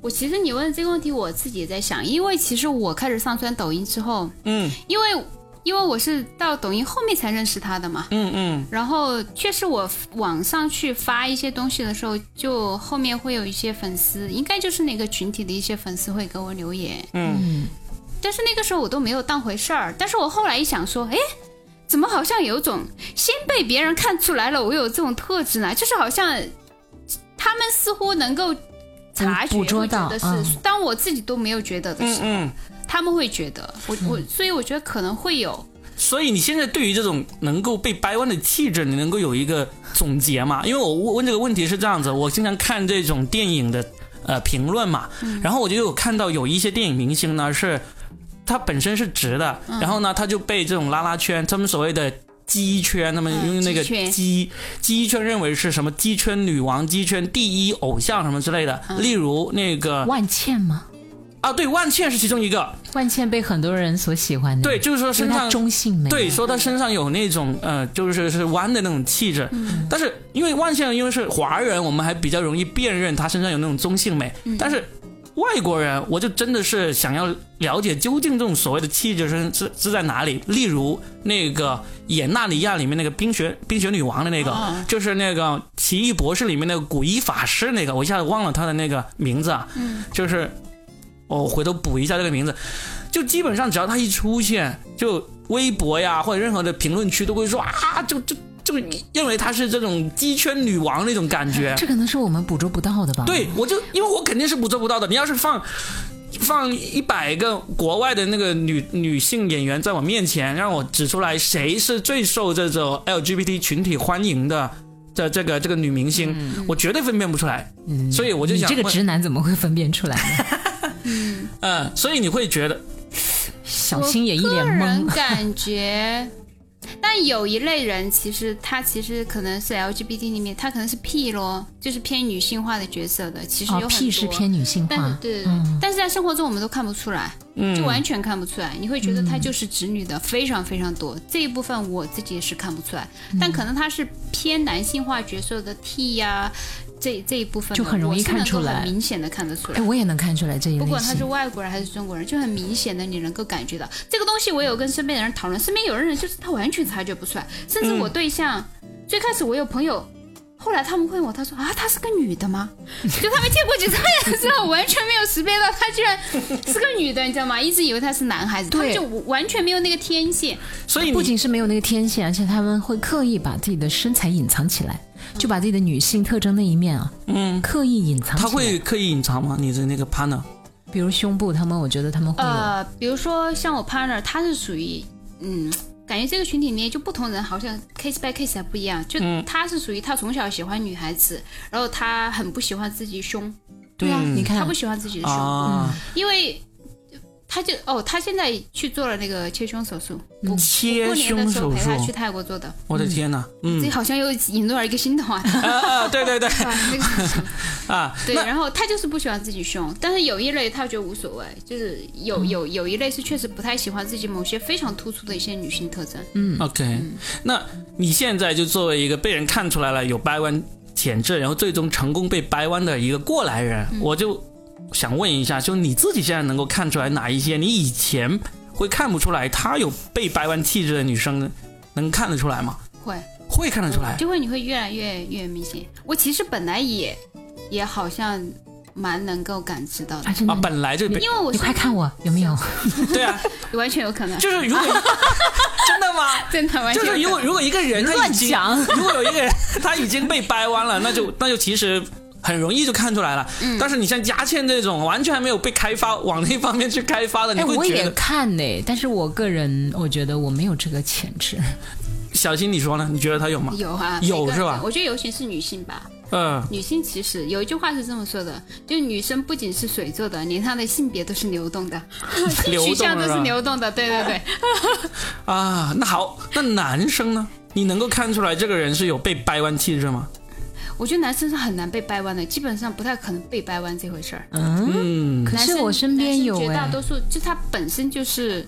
[SPEAKER 3] 我其实你问这个问题，我自己也在想，因为其实我开始上传抖音之后，
[SPEAKER 1] 嗯
[SPEAKER 3] 因为因为我是到抖音后面才认识他的嘛，
[SPEAKER 1] 嗯嗯。
[SPEAKER 3] 然后确实我网上去发一些东西的时候，就后面会有一些粉丝，应该就是那个群体的一些粉丝会给我留言，
[SPEAKER 2] 嗯，
[SPEAKER 3] 但是那个时候我都没有当回事儿。但是我后来一想说，哎，怎么好像有种先被别人看出来了我有这种特质呢？就是好像他们似乎能够察觉，
[SPEAKER 2] 捕捕捉到
[SPEAKER 3] 会觉得是、
[SPEAKER 2] 嗯
[SPEAKER 3] 当我自己都没有觉得的时候，
[SPEAKER 1] 嗯
[SPEAKER 3] 他们会觉得我我，
[SPEAKER 2] 嗯
[SPEAKER 3] 所以我觉得可能会有，
[SPEAKER 1] 所以你现在对于这种能够被掰弯的气质，你能够有一个总结吗？因为我问问这个问题是这样子，我经常看这种电影的呃评论嘛，
[SPEAKER 3] 嗯
[SPEAKER 1] 然后我就有看到有一些电影明星呢是，他本身是直的，
[SPEAKER 3] 嗯
[SPEAKER 1] 然后呢他就被这种拉拉圈，他们所谓的。鸡圈，他们
[SPEAKER 3] 嗯
[SPEAKER 1] 用那个
[SPEAKER 3] 鸡圈
[SPEAKER 1] 鸡鸡圈认为是什么鸡圈女王、鸡圈第一偶像什么之类的。
[SPEAKER 3] 嗯
[SPEAKER 1] 例如那个
[SPEAKER 2] 万茜吗？
[SPEAKER 1] 啊，对，万茜是其中一个，
[SPEAKER 2] 万茜被很多人所喜欢的，
[SPEAKER 1] 对，就是说
[SPEAKER 2] 因
[SPEAKER 1] 身
[SPEAKER 2] 为她
[SPEAKER 1] 上
[SPEAKER 2] 中性美，
[SPEAKER 1] 对，说他身上有那种呃，就是是弯的那种气质，但是因为万象因为是华人，我们还比较容易辨认他身上有那种中性美，但是外国人，我就真的是想要了解究竟这种所谓的气质是是是在哪里。例如那个演《纳尼亚》里面那个冰雪冰雪女王的那个，就是那个《奇异博士》里面那个古一法师那个，我一下子忘了他的那个名字啊，
[SPEAKER 3] 嗯
[SPEAKER 1] 就是哦我回头补一下这个名字。就基本上只要他一出现，就微博呀或者任何的评论区都会说啊，就就就认为她是这种鸡圈女王那种感觉。
[SPEAKER 2] 这可能是我们捕捉不到的吧？
[SPEAKER 1] 对，我就因为我肯定是捕捉不到的。你要是放放一百个国外的那个女女性演员在我面前，让我指出来谁是最受这种 LGBT 群体欢迎的的这个这个女明星，我绝对分辨不出来。
[SPEAKER 2] 嗯，
[SPEAKER 1] 所以我就
[SPEAKER 2] 你
[SPEAKER 1] 想
[SPEAKER 2] 这个
[SPEAKER 1] 问
[SPEAKER 2] 直男怎么会分辨出来呢？
[SPEAKER 1] 嗯、所以你会觉得
[SPEAKER 2] (laughs) 小新也一
[SPEAKER 3] 我
[SPEAKER 2] 脸
[SPEAKER 3] 个人
[SPEAKER 2] 懵。哦
[SPEAKER 3] 感觉，但有一类人其实他其实可能是 LGBT 里面，他可能是 P 咯，就是偏女性化的角色的，其实有
[SPEAKER 2] 哦
[SPEAKER 3] 很多。
[SPEAKER 2] ，P 是偏女性
[SPEAKER 3] 但是
[SPEAKER 2] 化，
[SPEAKER 3] 对，但是在生活中我们都看不出来，就完全看不出来。你会觉得她就是直女的非常非常多，这一部分我自己也是看不出来，
[SPEAKER 2] 嗯
[SPEAKER 3] 但可能她是偏男性化角色的 T 呀、这这一部分的
[SPEAKER 2] 就很容易
[SPEAKER 3] 我是
[SPEAKER 2] 看
[SPEAKER 3] 能够
[SPEAKER 2] 出来
[SPEAKER 3] 很明显的看得出来
[SPEAKER 2] 哎，。我也能看出来这一类
[SPEAKER 3] 不
[SPEAKER 2] 型。
[SPEAKER 3] 管他是外国人还是中国人，就很明显的你能够感觉到这个东西。我有跟身边的人讨论，身边有的人就是他完全察觉不出来，甚至我
[SPEAKER 2] 嗯
[SPEAKER 3] 对象、最开始我有朋友，后来他们问我，他说啊，她是个女的吗？就他们见过几次面之后，完全没有识别到她居然是个女的，你知道吗？一直以为她是男孩子，他们
[SPEAKER 2] 对
[SPEAKER 3] 就完全没有那个天线。
[SPEAKER 1] 所以
[SPEAKER 2] 不
[SPEAKER 1] 你
[SPEAKER 2] 仅是没有那个天线，而且他们会刻意把自己的身材隐藏起来，就把自己的女性特征那一面啊，嗯，刻意隐藏起
[SPEAKER 1] 他
[SPEAKER 2] 来。
[SPEAKER 1] 会，刻意隐藏吗？你的那个 partner？
[SPEAKER 2] 比如胸部，他们我觉得他们
[SPEAKER 1] 嗯
[SPEAKER 2] 会有。
[SPEAKER 3] 呃，比如说像我 partner，他是属于嗯，感觉这个群体里面就不同人好像 case by case 还不一样，就
[SPEAKER 1] 嗯
[SPEAKER 3] 他是属于他从小喜欢女孩子，然后他很不喜欢自己胸，
[SPEAKER 2] 对啊，
[SPEAKER 1] 嗯
[SPEAKER 2] 你
[SPEAKER 3] 他
[SPEAKER 2] 看
[SPEAKER 3] 不，喜欢自己的胸，
[SPEAKER 1] 啊，
[SPEAKER 3] 因为。他就哦，他现在去做了那个切胸手术，我
[SPEAKER 1] 切
[SPEAKER 3] 嗯过年的
[SPEAKER 1] 胸
[SPEAKER 3] 时候
[SPEAKER 1] 手
[SPEAKER 3] 陪
[SPEAKER 1] 术，
[SPEAKER 3] 他去泰国做的，
[SPEAKER 1] 我的天呐，嗯
[SPEAKER 3] 这，好像又引入了一个新的话
[SPEAKER 1] (laughs)
[SPEAKER 3] 题。
[SPEAKER 1] 啊 (laughs) 啊，对对对
[SPEAKER 3] 啊那个
[SPEAKER 1] 啊，
[SPEAKER 3] 对，
[SPEAKER 1] 那
[SPEAKER 3] 然后他就是不喜欢自己胸，但是有一类他觉得无所谓，就是有有有一类是确实不太喜欢自己某些非常突出的一些女性特征。
[SPEAKER 1] OK，那
[SPEAKER 3] 嗯
[SPEAKER 1] 你现在就作为一个被人看出来了有掰弯潜质，然后最终成功被掰弯的一个过来人，
[SPEAKER 3] 嗯
[SPEAKER 1] 我就想问一下，就你自己现在能够看出来哪一些你以前会看不出来她有被掰弯气质的女生呢，能看得出来吗？
[SPEAKER 3] 会，
[SPEAKER 1] 会看得出来，
[SPEAKER 3] 就会你会越来越越明显。我其实本来也也好像蛮能够感知到的
[SPEAKER 2] 而，且
[SPEAKER 1] 啊，
[SPEAKER 2] 你
[SPEAKER 1] 本来就被
[SPEAKER 3] 因为我
[SPEAKER 2] 你
[SPEAKER 3] 是
[SPEAKER 2] 快看我有没有？
[SPEAKER 1] 对啊，
[SPEAKER 3] 完全有可能，
[SPEAKER 1] 就是如果真的吗？
[SPEAKER 3] (laughs) 真的完全
[SPEAKER 1] 就
[SPEAKER 3] 有可
[SPEAKER 1] 是
[SPEAKER 3] 能
[SPEAKER 1] 如果如果一个人他已经
[SPEAKER 2] 乱，
[SPEAKER 1] (laughs) 如果有一个人他已经被掰弯了，那就那就其实。很容易就看出来了，但是你像佳倩这种完全还没有被开发往那方面去开发的，你
[SPEAKER 2] 哎，
[SPEAKER 1] 会
[SPEAKER 2] 我
[SPEAKER 1] 觉
[SPEAKER 2] 也
[SPEAKER 1] 得
[SPEAKER 2] 看呢、但是我个人我觉得我没有这个潜质。
[SPEAKER 1] 小新你说呢？你觉得他有吗？
[SPEAKER 3] 有啊，
[SPEAKER 1] 有
[SPEAKER 3] 每个人
[SPEAKER 1] 是吧
[SPEAKER 3] 我觉得尤其是女性吧，
[SPEAKER 1] 嗯，
[SPEAKER 3] 女性其实有一句话是这么说的，就女生不仅是水做的，连她的性别都是流动的，性
[SPEAKER 1] (laughs) 流
[SPEAKER 3] (laughs) 取
[SPEAKER 1] 动
[SPEAKER 3] 向
[SPEAKER 1] 了是
[SPEAKER 3] 都是
[SPEAKER 1] 吧
[SPEAKER 3] 流动的。对对对，
[SPEAKER 1] 啊，那好，那男生呢？你能够看出来这个人是有被掰弯气质吗？
[SPEAKER 3] 我觉得男生是很难被掰弯的，基本上不太可能被掰弯这回事儿。
[SPEAKER 1] 嗯，
[SPEAKER 2] 可
[SPEAKER 3] 男
[SPEAKER 2] 是
[SPEAKER 3] 生
[SPEAKER 2] 我身边有
[SPEAKER 3] 男生绝
[SPEAKER 2] 哎、
[SPEAKER 3] 大多数就他本身就是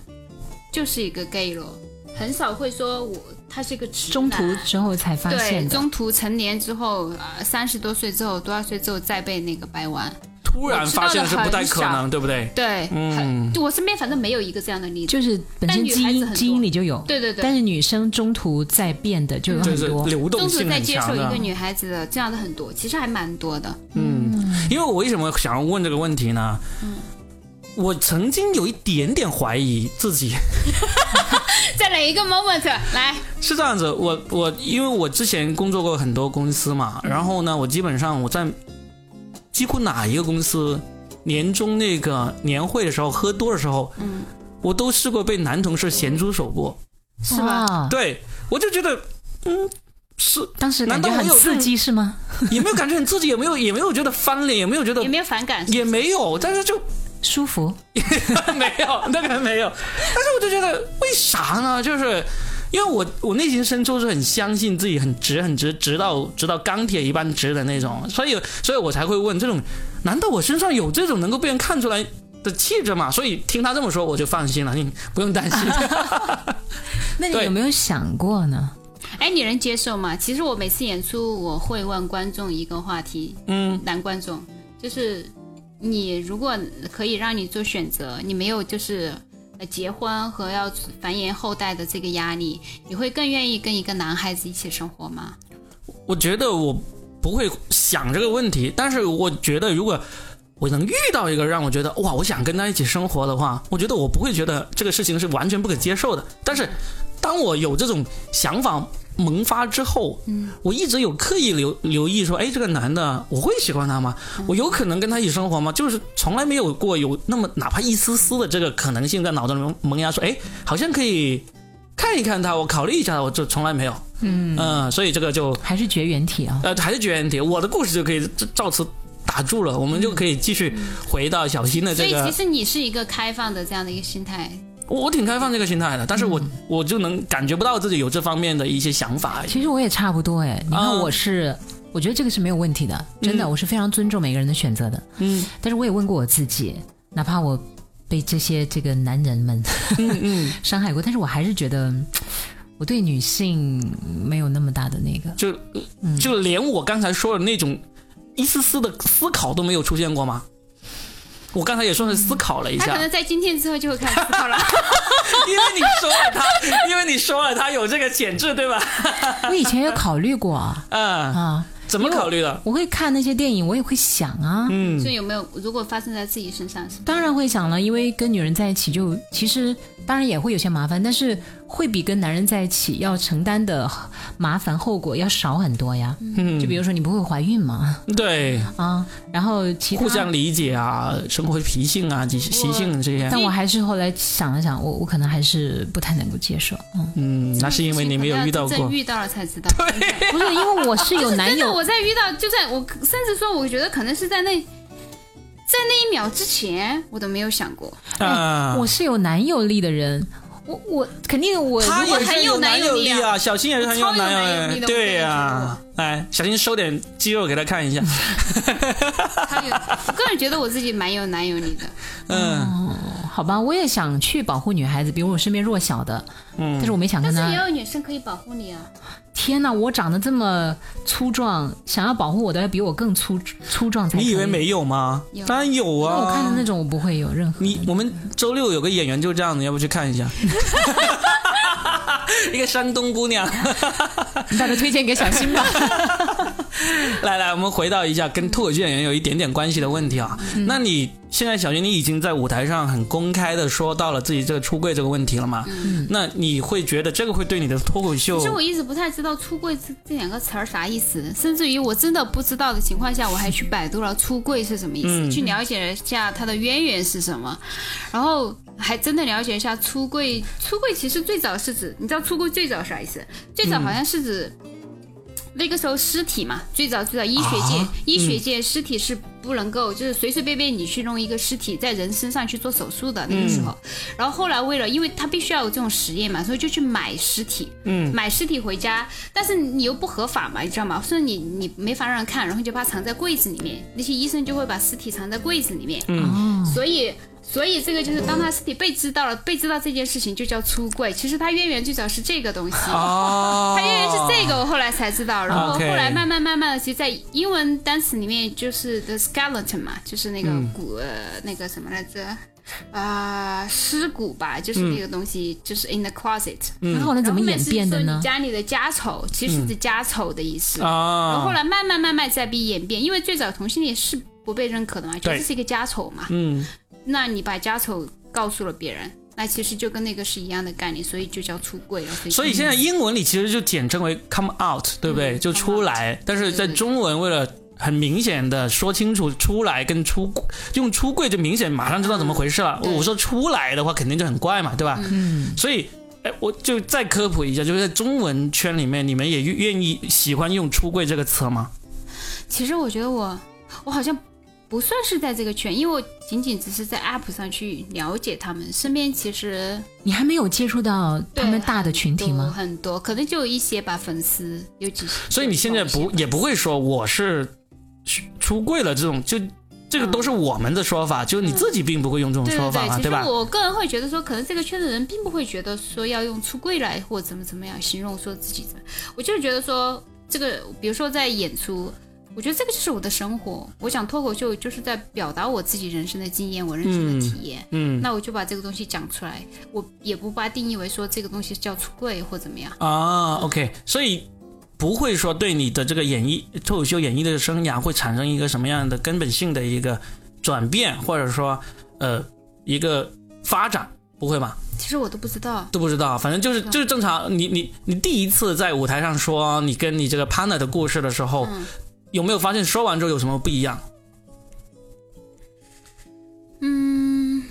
[SPEAKER 3] 就是一个 gay 咯，很少会说我他是一个直
[SPEAKER 2] 哎中
[SPEAKER 3] 男
[SPEAKER 2] 途之后才发
[SPEAKER 3] 对
[SPEAKER 2] 现的。
[SPEAKER 3] 中途成年之后，啊三、十多岁之后，多少岁之后再被那个掰弯。
[SPEAKER 1] 突然
[SPEAKER 3] 我知道
[SPEAKER 1] 发现
[SPEAKER 3] 的
[SPEAKER 1] 是不太
[SPEAKER 3] 很
[SPEAKER 1] 可
[SPEAKER 3] 少
[SPEAKER 1] 能，对不对？
[SPEAKER 3] 对，
[SPEAKER 1] 嗯
[SPEAKER 3] 很我身边反正没有一个这样的例子。
[SPEAKER 2] 就是本身基
[SPEAKER 3] 但女孩子
[SPEAKER 2] 因
[SPEAKER 3] 很多
[SPEAKER 2] 基因里就有，
[SPEAKER 3] 对对对
[SPEAKER 2] 但是女生中途再变的就有
[SPEAKER 1] 就
[SPEAKER 2] 很啊
[SPEAKER 1] 是
[SPEAKER 2] 多。
[SPEAKER 1] 流动
[SPEAKER 3] 中途
[SPEAKER 1] 性
[SPEAKER 3] 再
[SPEAKER 1] 很
[SPEAKER 3] 接受
[SPEAKER 1] 强
[SPEAKER 3] 一
[SPEAKER 1] 的
[SPEAKER 3] 个。女孩子的这样的很多，其实还蛮多的。
[SPEAKER 1] 因为我为什么想要问这个问题呢？我曾经有一点点怀疑自己 (laughs)
[SPEAKER 3] 再来一个 moment，来，
[SPEAKER 2] (laughs)
[SPEAKER 1] 是这样子，我我因为我之前工作过很多公司嘛，然后呢，我基本上我在几乎哪一个公司年终那个年会的时候喝多的时候，嗯，我都试过被男同事咸猪手过，
[SPEAKER 3] 是吧？
[SPEAKER 2] 哇？
[SPEAKER 1] 对我就觉得，嗯，是
[SPEAKER 2] 当时
[SPEAKER 1] 难
[SPEAKER 2] 感
[SPEAKER 1] 道
[SPEAKER 2] 觉
[SPEAKER 1] 我
[SPEAKER 2] 很
[SPEAKER 1] 有
[SPEAKER 2] 刺激是吗？
[SPEAKER 1] 也没有感觉很刺激，也没有也没有觉得翻脸，也没有觉得
[SPEAKER 3] (laughs) 也没有反感，
[SPEAKER 1] 也没有，但是就
[SPEAKER 2] 舒服？
[SPEAKER 1] (laughs) 没有，那个没有。但是我就觉得，为啥呢？就是因为我我内心深处是很相信自己很直很直，直到直到钢铁一般直的那种，所以所以我才会问这种，难道我身上有这种能够被人看出来？的气质嘛，所以听他这么说我就放心了，你不用担心。 (laughs)
[SPEAKER 2] 那你
[SPEAKER 1] 对
[SPEAKER 2] 有没有想过呢？
[SPEAKER 3] 哎，你能接受吗？其实我每次演出，我会问观众一个话题，
[SPEAKER 1] 嗯，
[SPEAKER 3] 男观众，就是你如果可以让你做选择，你没有就是呃结婚和要繁衍后代的这个压力，你会更愿意跟一个男孩子一起生活吗？
[SPEAKER 1] 我觉得我不会想这个问题，但是我觉得如果我能遇到一个让我觉得哇，我想跟他一起生活的话，我觉得我不会觉得这个事情是完全不可接受的。但是当我有这种想法萌发之后，嗯，我一直有刻意留留意说，哎，这个男的我会喜欢他吗？我有可能跟他一起生活吗？就是从来没有过有那么哪怕一丝丝的这个可能性在脑子里面萌芽，说，哎，好像可以看一看他，我考虑一下他，我就从来没有。嗯所以这个就
[SPEAKER 2] 还是绝缘体啊？
[SPEAKER 1] 呃，还是绝缘体，我的故事就可以照照此打住了，我们就可以继续回到小新的
[SPEAKER 3] 所
[SPEAKER 1] 这
[SPEAKER 3] 以
[SPEAKER 1] 个。
[SPEAKER 3] 其实你是一个开放的这样的一个心态，
[SPEAKER 1] 我我挺开放这个心态的，但是我、
[SPEAKER 3] 嗯
[SPEAKER 1] 我就能感觉不到自己有这方面的一些想法而已。
[SPEAKER 2] 其实我也差不多哎，你看
[SPEAKER 1] 啊
[SPEAKER 2] 我是，我觉得这个是没有问题的，真的，我是非常尊重每个人的选择的。
[SPEAKER 1] 嗯
[SPEAKER 2] 但是我也问过我自己，哪怕我被这些这个男人们 (laughs)
[SPEAKER 3] (laughs)
[SPEAKER 1] 嗯嗯，
[SPEAKER 2] 伤害过，但是我还是觉得嗯我对女性没有那么大的那个。
[SPEAKER 1] 就就连我刚才说的那种一丝丝的思考都没有出现过吗？我刚才也算是思考了一
[SPEAKER 3] 他
[SPEAKER 1] 下
[SPEAKER 3] 可，能在今天之后就会开始
[SPEAKER 1] (laughs)
[SPEAKER 3] 思考了。
[SPEAKER 1] 因为你说了他， (laughs) 因为你说了他有这个潜质，对吧？
[SPEAKER 2] 我以前也考虑过啊
[SPEAKER 1] 嗯，
[SPEAKER 2] 啊，
[SPEAKER 1] 怎么考虑的？
[SPEAKER 2] 我会看那些电影，我也会想啊，
[SPEAKER 1] 嗯
[SPEAKER 3] 所以有没有如果发生在自己身上是
[SPEAKER 2] 当然会想了，因为跟女人在一起就其实当然也会有些麻烦，但是会比跟男人在一起要承担的麻烦后果要少很多呀。就
[SPEAKER 1] 嗯，
[SPEAKER 2] 比如说你不会怀孕嘛
[SPEAKER 1] 对，
[SPEAKER 3] 嗯
[SPEAKER 2] 啊，然后其他
[SPEAKER 1] 互相理解啊，生活习性啊、习习性这些。
[SPEAKER 2] 但我还是后来想了想，我我可能还是不太能够接
[SPEAKER 3] (laughs)
[SPEAKER 2] 受，嗯，
[SPEAKER 1] 嗯，那是因为你没有遇到
[SPEAKER 3] 可能要真
[SPEAKER 1] 过
[SPEAKER 3] 正。遇到了才知道。
[SPEAKER 2] 不是因为我是有男
[SPEAKER 3] 真的，
[SPEAKER 2] 友，
[SPEAKER 3] 我在遇到，就在我甚至说，我觉得可能是在那，在那一秒之前，我都没有想过。
[SPEAKER 1] 啊
[SPEAKER 2] 我是有男友力的人，我我肯定我
[SPEAKER 1] 他
[SPEAKER 2] 如果
[SPEAKER 1] 也
[SPEAKER 3] 很
[SPEAKER 1] 是
[SPEAKER 3] 有
[SPEAKER 1] 男
[SPEAKER 3] 男友
[SPEAKER 1] 力
[SPEAKER 3] 力
[SPEAKER 1] 啊，小新也是很
[SPEAKER 3] 我超有
[SPEAKER 1] 男
[SPEAKER 3] 男友
[SPEAKER 1] 友
[SPEAKER 3] 力的
[SPEAKER 1] 对呀、
[SPEAKER 3] 我
[SPEAKER 1] 来，小新收点肌肉给他看一下。
[SPEAKER 3] 他有，我个人觉得我自己蛮有男友力的。
[SPEAKER 1] 嗯，
[SPEAKER 2] 好吧，我也想去保护女孩子，比如我身边弱小的，
[SPEAKER 1] 嗯
[SPEAKER 2] 但是我没想
[SPEAKER 3] 但
[SPEAKER 2] 跟
[SPEAKER 3] 是
[SPEAKER 2] 他
[SPEAKER 3] 也有女生可以保护你啊。
[SPEAKER 2] 天哪，我长得这么粗壮，想要保护我的要比我更粗粗壮才可
[SPEAKER 1] 你以为？没有吗？
[SPEAKER 3] 有
[SPEAKER 1] 当然有
[SPEAKER 2] 因为我看的
[SPEAKER 1] 啊。
[SPEAKER 2] 那种，我不会有任何
[SPEAKER 1] 你我们周六有个演员就这样子，要不去看一下？ (laughs) 一个山东姑娘，
[SPEAKER 2] 大家推荐给小新 (laughs) 吧。
[SPEAKER 1] 来来，我们回到一下跟脱口秀演员有一点点关系的问题啊。
[SPEAKER 3] 嗯
[SPEAKER 1] 那你现在小新，你已经在舞台上很公开的说到了自己这个出柜这个问题了嘛？那你会觉得这个会对你的脱口秀？
[SPEAKER 3] 嗯其实我一直不太知道“出柜”这这两个词儿啥意思，甚至于我真的不知道的情况下，我还去百度了“出柜”是什么意思，
[SPEAKER 1] 嗯
[SPEAKER 3] 去了解了一下它的渊源是什么，然后还真的了解一下“出柜”。出柜其实最早是指，你知道“出柜”最早啥意思？最早好
[SPEAKER 1] 嗯
[SPEAKER 3] 像是指。那个时候尸体嘛，最早最早医学界，
[SPEAKER 1] 啊
[SPEAKER 3] 医学界尸体是不能够，就是随随便便你去弄一个尸体在人身上去做手术的那个时
[SPEAKER 1] 嗯
[SPEAKER 3] 候。然后后来为了，因为他必须要有这种实验嘛，所以就去买尸体，嗯，买尸体回家，但是你又不合法嘛，你知道吗？所以你你没法让人看，然后就把它藏在柜子里面，那些医生就会把尸体藏在柜子里面，嗯，所以。所以这个就是当他尸体被知道了，被知道这件事情就叫出柜。其实它渊源最早是这个东 (laughs) 西，
[SPEAKER 1] 哦，啊
[SPEAKER 3] 它渊源是这个，我后来才知道。然后
[SPEAKER 1] OK
[SPEAKER 3] 后来慢慢慢慢的，其实，在英文单词里面就是 the skeleton 嘛，就是那个
[SPEAKER 1] 嗯
[SPEAKER 3] 骨、呃、那个什么来着。啊、尸骨吧，就是那个东西，就是
[SPEAKER 1] 嗯
[SPEAKER 3] in the closet。
[SPEAKER 2] 然后呢，
[SPEAKER 3] 然
[SPEAKER 2] 怎
[SPEAKER 3] 后
[SPEAKER 2] 么
[SPEAKER 3] 后面
[SPEAKER 2] 演
[SPEAKER 3] 是
[SPEAKER 2] 变的
[SPEAKER 3] 说
[SPEAKER 2] 呢
[SPEAKER 3] 你？家里的家丑，其实是家丑的意思。然后后
[SPEAKER 1] 啊，
[SPEAKER 3] 来慢慢慢慢再被演变，因为最早同性恋是不被认可的嘛，就
[SPEAKER 1] 对
[SPEAKER 3] 是一个家丑嘛。
[SPEAKER 1] 嗯，
[SPEAKER 3] 那你把家丑告诉了别人，那其实就跟那个是一样的概念，所以就叫出柜了。
[SPEAKER 1] 所以
[SPEAKER 3] 嗯
[SPEAKER 1] 现在英文里其实就简称为 come out，对不对？就出来，但是在中文为了很明显的说清楚出来跟出用出柜就明显马上知道怎么回事了。
[SPEAKER 3] 嗯对
[SPEAKER 1] 我说出来的话肯定就很怪嘛，对吧？
[SPEAKER 2] 嗯，
[SPEAKER 1] 所以，哎，我就再科普一下，就是在中文圈里面，你们也愿愿意喜欢用“出柜”这个词吗？
[SPEAKER 3] 其实我觉得我我好像不算是在这个圈，因为我仅仅只是在 App 上去了解他们，身边其实
[SPEAKER 2] 你还没有接触到
[SPEAKER 3] 对
[SPEAKER 2] 他们大的群体
[SPEAKER 3] 有
[SPEAKER 2] 吗？
[SPEAKER 3] 很多，可能就有一些吧，粉丝有几十。
[SPEAKER 1] 所以你现在不也不会说我是出柜了这种，就这个都是我们的说法，就是你自己并不会用这种
[SPEAKER 3] 对
[SPEAKER 1] 说
[SPEAKER 3] 对
[SPEAKER 1] 法嘛，
[SPEAKER 3] 嗯对，其
[SPEAKER 1] 对
[SPEAKER 3] 实
[SPEAKER 1] 吧？
[SPEAKER 3] 我个人会觉得说，可能这个圈的人并不会觉得说要用出柜来或怎么怎么样形容说自己怎么，我就是觉得说这个，比如说在演出，我觉得这个就是我的生活，我讲脱口秀就是在表达我自己人生的经验，我人生
[SPEAKER 1] 嗯
[SPEAKER 3] 的体验。
[SPEAKER 1] 嗯
[SPEAKER 3] 那我就把这个东西讲出来，我也不把它定义为说这个东西叫出柜或怎么样。
[SPEAKER 1] 啊，OK，所以。不会说对你的这个演艺脱口秀演艺的生涯会产生一个什么样的根本性的一个转变，或者说呃一个发展，不会吧？
[SPEAKER 3] 其实我都不知道，
[SPEAKER 1] 都不知道，反正
[SPEAKER 3] 嗯
[SPEAKER 1] 就是就是正常。你你你第一次在舞台上说你跟你这个 partner 的故事的时候，
[SPEAKER 3] 嗯
[SPEAKER 1] 有没有发现说完之后有什么不一样？
[SPEAKER 3] 嗯，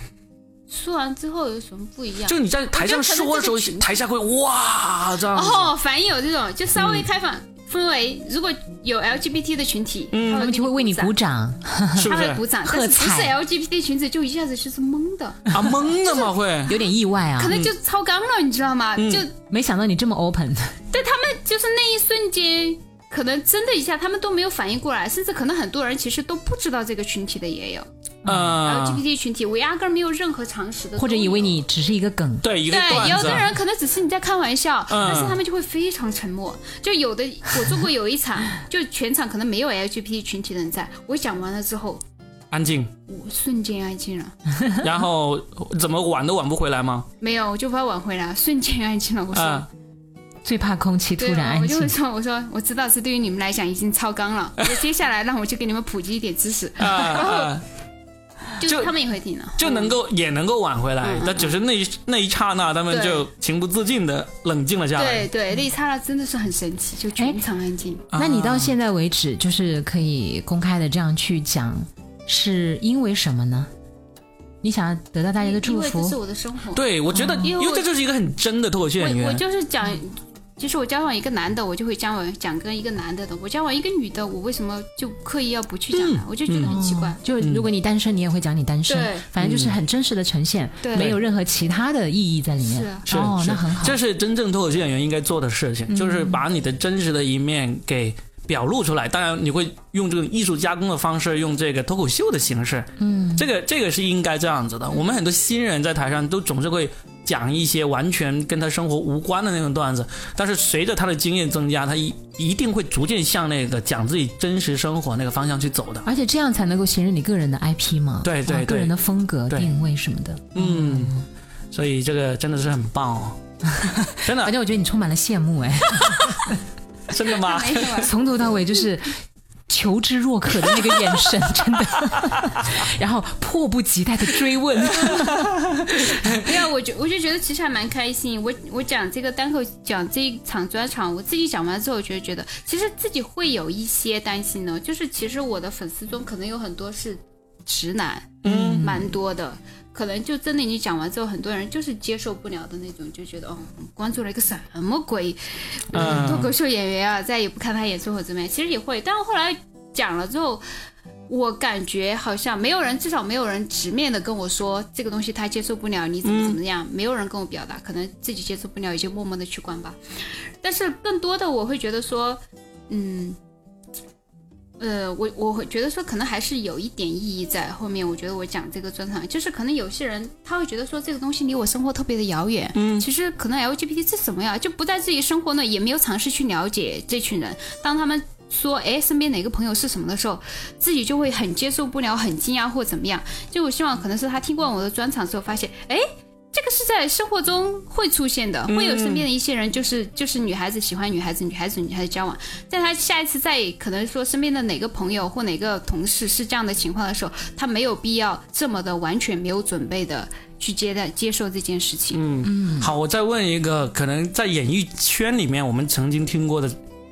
[SPEAKER 3] 说完之后有什么不一样？
[SPEAKER 1] 就你在台上说的时候
[SPEAKER 3] 我觉得可能这，个
[SPEAKER 1] 台下会哇这样子。
[SPEAKER 3] 哦，反应有这种，就稍微开放氛围，如果有 LGBT 的群体，
[SPEAKER 1] 嗯
[SPEAKER 2] 他们就会为你鼓
[SPEAKER 3] 掌，
[SPEAKER 1] (laughs)
[SPEAKER 2] 掌，
[SPEAKER 1] 是不
[SPEAKER 3] 他
[SPEAKER 1] 是
[SPEAKER 3] 会鼓掌，但是不
[SPEAKER 2] 喝
[SPEAKER 3] 是
[SPEAKER 2] 彩
[SPEAKER 3] LGBT 群体就一下子就是懵的，
[SPEAKER 1] 啊，懵的嘛
[SPEAKER 3] (laughs)
[SPEAKER 1] 会。
[SPEAKER 2] 有点意外啊
[SPEAKER 3] 可，能就超纲了，你知道吗？就
[SPEAKER 2] 没想到你这么 (laughs) open，
[SPEAKER 3] 就是那一瞬间。可能真的一下，他们都没有反应过来，甚至可能很多人其实都不知道这个群体的也有、
[SPEAKER 1] 呃，
[SPEAKER 3] LGBT 群体，我压根儿没有任何常识的，
[SPEAKER 2] 或者
[SPEAKER 3] 都
[SPEAKER 2] 以为
[SPEAKER 3] 有
[SPEAKER 2] 你只是一个梗，
[SPEAKER 1] 对一个
[SPEAKER 3] 对，
[SPEAKER 1] 段
[SPEAKER 3] 有
[SPEAKER 1] 子
[SPEAKER 3] 的。人可能只是你在开玩笑，
[SPEAKER 1] 嗯
[SPEAKER 3] 但是他们就会非常沉默。就有的我做过有
[SPEAKER 1] (laughs)
[SPEAKER 3] 一场，就全场可能没有 LGBT 群体的人在，我讲完了之后，
[SPEAKER 1] 安静，
[SPEAKER 3] 我瞬间安静了，
[SPEAKER 1] 然后怎么挽都挽不回来吗？
[SPEAKER 3] 没有，我就把它挽回来，瞬间安静了。我说，
[SPEAKER 1] 啊，
[SPEAKER 2] 最怕空气突
[SPEAKER 3] 对，啊
[SPEAKER 2] 然安
[SPEAKER 3] 我就会
[SPEAKER 2] 静。
[SPEAKER 3] 说，我说我知道是对于你们来讲已经超纲了，我接下来让我去给你们普及一点知识，
[SPEAKER 1] 啊
[SPEAKER 3] (laughs)
[SPEAKER 1] 啊，
[SPEAKER 3] 就是
[SPEAKER 1] (laughs) 就
[SPEAKER 3] 他们也会听啊了，
[SPEAKER 1] 就能够也能够挽回来，那只是那一那一刹那，他们
[SPEAKER 3] 嗯对
[SPEAKER 1] 就情不自禁的冷静了下来
[SPEAKER 3] 对。对，那一刹那真的是很神奇，就全场安静。
[SPEAKER 2] 那你到
[SPEAKER 1] 啊
[SPEAKER 2] 现在为止，就是可以公开的这样去讲，是因为什么呢？你想要得到哎大家的
[SPEAKER 3] 因
[SPEAKER 2] 祝
[SPEAKER 3] 为这是
[SPEAKER 2] 福，
[SPEAKER 3] 我的生活，
[SPEAKER 1] 对，我觉得，
[SPEAKER 3] 因
[SPEAKER 1] 因
[SPEAKER 3] 为
[SPEAKER 1] 为
[SPEAKER 3] 我
[SPEAKER 1] 这就是一个很真的脱口秀演
[SPEAKER 3] 我我
[SPEAKER 1] 员。
[SPEAKER 3] 就是讲，其实我交往一个男的，我就会交往讲跟一个男的的；我交往一个女的，我为什么就刻意要不去讲呢？我就觉
[SPEAKER 1] 嗯
[SPEAKER 3] 得很奇怪。
[SPEAKER 2] 哦就如果你单身，你也会讲你单身
[SPEAKER 3] 嗯对，
[SPEAKER 2] 反正就是很真实的呈现，
[SPEAKER 3] 对
[SPEAKER 2] 没有任何其他的意义在里面
[SPEAKER 3] 是啊。
[SPEAKER 1] 是
[SPEAKER 2] 哦，
[SPEAKER 1] 是
[SPEAKER 2] 那很好。
[SPEAKER 1] 这是真正脱口秀演员应该做的事情，就是把你的真实的一面给表露出来。当然，你会用这种艺术加工的方式，用这个脱口秀的形式。嗯，这个这个是应该这样子的。我们很多新人在台上都总是会讲一些完全跟他生活无关的那种段子，但是随着他的经验增加，他一一定会逐渐向那个讲自己真实生活那个方向去走的。
[SPEAKER 2] 而且这样才能够形成你个人的 IP 嘛，
[SPEAKER 1] 对对
[SPEAKER 2] 啊
[SPEAKER 1] 对
[SPEAKER 2] 个人的风格
[SPEAKER 1] 对
[SPEAKER 2] 定位什么的。
[SPEAKER 1] 嗯，所以这个真的是很棒哦，真 (laughs)
[SPEAKER 2] 而
[SPEAKER 1] 的
[SPEAKER 2] 且我觉得你充满了羡慕，哎，
[SPEAKER 1] 真的
[SPEAKER 2] 啊
[SPEAKER 1] 吗？
[SPEAKER 3] 没什么，
[SPEAKER 2] 从头到尾就是求知若渴的那个眼神，真的， (laughs) 然后迫不及待的追
[SPEAKER 1] (laughs)
[SPEAKER 2] 问。
[SPEAKER 3] 没啊有，我就我就觉得其实还蛮开心。我我讲这个单口，讲这一场专场，我自己讲完之后，我就觉得其实自己会有一些担心呢。就是其实我的粉丝中可能有很多是直男，嗯，蛮多的。可能就真的你讲完之后，很多人就是接受不了的那种，就觉得哦，关注了一个什么鬼
[SPEAKER 1] 嗯
[SPEAKER 3] 脱口秀演员啊，再也不看他演出或怎么样。其实也会，但是后来讲了之后，我感觉好像没有人，至少没有人直面的跟我说这个东西他接受不了，你怎么怎么样，没有人跟我表达，可能自己接受不了，也就默默的去关吧。但是更多的我会觉得说，嗯。呃，我我会觉得说，可能还是有一点意义在后面。我觉得我讲这个专场，就是可能有些人他会觉得说这个东西离我生活特别的遥远。嗯，其实可能 LGBT 是什么呀？就不在自己生活呢，也没有尝试去了解这群人。当他们说哎身边哪个朋友是什么的时候，自己就会很接受不了，很惊讶或怎么样。就我希望可能是他听过我的专场之后，发现哎。这个是在生活中会出现的，会有身边的一些人，就是就是女孩子喜欢女孩子，女孩子女孩子交往，在他下一次再可能说身边的哪个朋友或哪个同事是这样的情况的时候，他没有必要这么的完全没有准备的去接待接受这件事
[SPEAKER 1] 嗯
[SPEAKER 3] 情。
[SPEAKER 1] 好，我再问一个，可能在演艺圈里面我们曾经听过的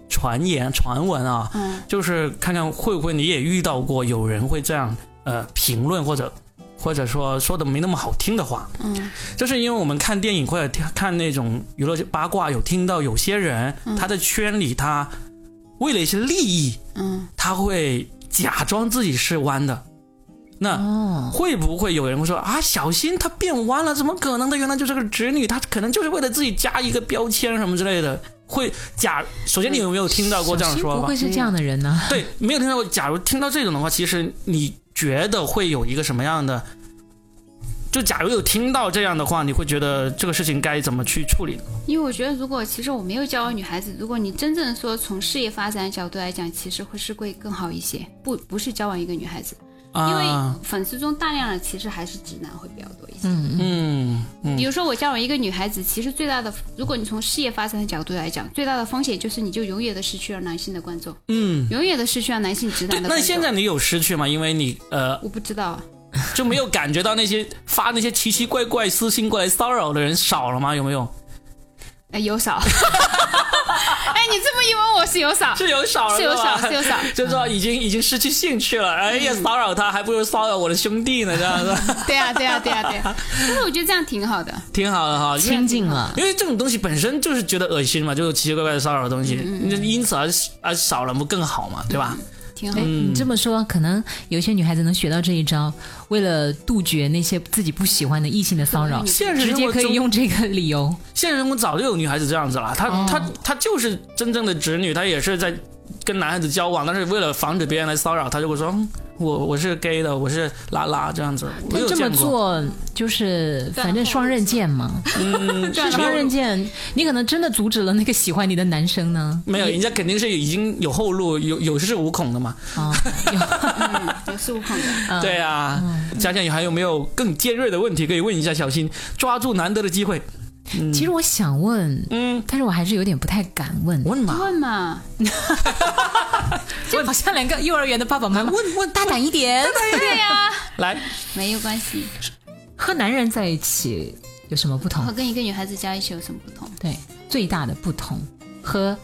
[SPEAKER 1] 传言传闻啊，
[SPEAKER 3] 嗯
[SPEAKER 1] 就是看看会不会你也遇到过有人会这样呃评论或者或者说说的没那么好听的话，
[SPEAKER 3] 嗯
[SPEAKER 1] 就是因为我们看电影或者听看那种娱乐八卦，有听到有些人、他在圈里他为了一些利益，
[SPEAKER 3] 嗯
[SPEAKER 1] 他会假装自己是弯的，那。
[SPEAKER 2] 哦，
[SPEAKER 1] 会不会有人会说啊，小心她变弯了，怎么可能？她原来就是个直女，她可能就是为了自己加一个标签什么之类的，会假。首先，你有没有听到过这样
[SPEAKER 2] 小
[SPEAKER 1] 的
[SPEAKER 2] 新
[SPEAKER 1] 说
[SPEAKER 2] 不
[SPEAKER 1] 法
[SPEAKER 2] 会？是这样的人呢？
[SPEAKER 1] 对，没有听到过。假如听到这种的话，其实你觉得会有一个什么样的？就假如有听到这样的话，你会觉得这个事情该怎么去处理？
[SPEAKER 3] 因为我觉得，如果其实我没有教女孩子，如果你真正说从事业发展的角度来讲，其实会是会更好一些。不不是交往一个女孩子，因
[SPEAKER 1] 啊
[SPEAKER 3] 为，粉丝中大量的其实还是直男会比较多一些。
[SPEAKER 2] 嗯嗯
[SPEAKER 1] 嗯嗯，
[SPEAKER 3] 比如说，我交往一个女孩子，其实最大的，如果你从事业发展的角度来讲，最大的风险就是你就永远的失去了男性的观众，
[SPEAKER 1] 嗯，
[SPEAKER 3] 永远的失去了男性直
[SPEAKER 1] 对。
[SPEAKER 3] 男的
[SPEAKER 1] 那
[SPEAKER 3] 观众。
[SPEAKER 1] 现在你有失去吗？因为你呃
[SPEAKER 3] 我不知道啊，
[SPEAKER 1] 就没有感觉到那些发那些奇奇怪怪私信过来骚扰的人少了吗？有没有？
[SPEAKER 3] 哎，有少。 (laughs) 哎，你这么一问，我是有少，
[SPEAKER 1] 是有少了，
[SPEAKER 3] 是有少，
[SPEAKER 1] 吧
[SPEAKER 3] 是有少。
[SPEAKER 1] (laughs) 就说已经已经失去兴趣了，哎呀，骚扰他还不如骚扰我的兄弟呢，这样
[SPEAKER 3] (laughs)
[SPEAKER 1] 子
[SPEAKER 3] 对啊，对啊，对啊，对啊。但是我觉得这样挺好的。
[SPEAKER 1] 挺好的
[SPEAKER 3] 嗯
[SPEAKER 1] 哈，因为
[SPEAKER 2] 亲近了，
[SPEAKER 1] 因为这种东西本身就是觉得恶心嘛，就是奇奇怪怪的骚扰的东西，那因此而而少了不更好嘛，对吧？
[SPEAKER 3] 挺好
[SPEAKER 2] 哎，。
[SPEAKER 1] 嗯
[SPEAKER 2] 你这么说，可能有一些女孩子能学到这一招，为了杜绝那些自己不喜欢的异性的骚扰，
[SPEAKER 1] 现实
[SPEAKER 2] 嗯直
[SPEAKER 1] 生
[SPEAKER 2] 接
[SPEAKER 1] 活
[SPEAKER 2] 可以
[SPEAKER 1] 中，
[SPEAKER 2] 用这个理由。
[SPEAKER 1] 现实生活早就有女孩子这样子了，她、
[SPEAKER 2] 哦
[SPEAKER 1] 她她就是真正的直女，她也是在跟男孩子交往，但是为了防止别人来骚扰，她就会说，嗯我我是 gay 的，我是拉拉这样子，我
[SPEAKER 2] 但
[SPEAKER 1] 有
[SPEAKER 2] 这么
[SPEAKER 1] 见过。
[SPEAKER 2] 做就是
[SPEAKER 3] 断
[SPEAKER 2] 反正
[SPEAKER 3] 后
[SPEAKER 2] 双刃
[SPEAKER 3] 路
[SPEAKER 2] 剑嘛，
[SPEAKER 1] 嗯，
[SPEAKER 3] 断了
[SPEAKER 2] 双
[SPEAKER 3] 后
[SPEAKER 2] 刃
[SPEAKER 3] 路
[SPEAKER 2] 剑，你可能真的阻止了那个喜欢你的男生呢。
[SPEAKER 1] 没有，人家肯定是已经有后路，有有恃无恐的嘛。
[SPEAKER 2] 哦，
[SPEAKER 3] 嗯，有恃无恐的。
[SPEAKER 2] 嗯
[SPEAKER 1] 对啊，想想还有没有更尖锐的问题可以问一下小新？抓住难得的机会，
[SPEAKER 2] 其实我想问，
[SPEAKER 1] 嗯，
[SPEAKER 2] 但是我还是有点不太敢问。
[SPEAKER 1] 问嘛，
[SPEAKER 3] 问嘛，
[SPEAKER 2] 这好像两个幼儿园的爸爸妈妈，
[SPEAKER 1] 问问
[SPEAKER 2] 大胆一点。
[SPEAKER 3] 对呀、
[SPEAKER 1] 来，
[SPEAKER 3] 没有关系。
[SPEAKER 2] 和男人在一起有什么不
[SPEAKER 3] 和
[SPEAKER 2] 同？
[SPEAKER 3] 跟一个女孩子在一起有什么不同？
[SPEAKER 2] 对，最大的不同和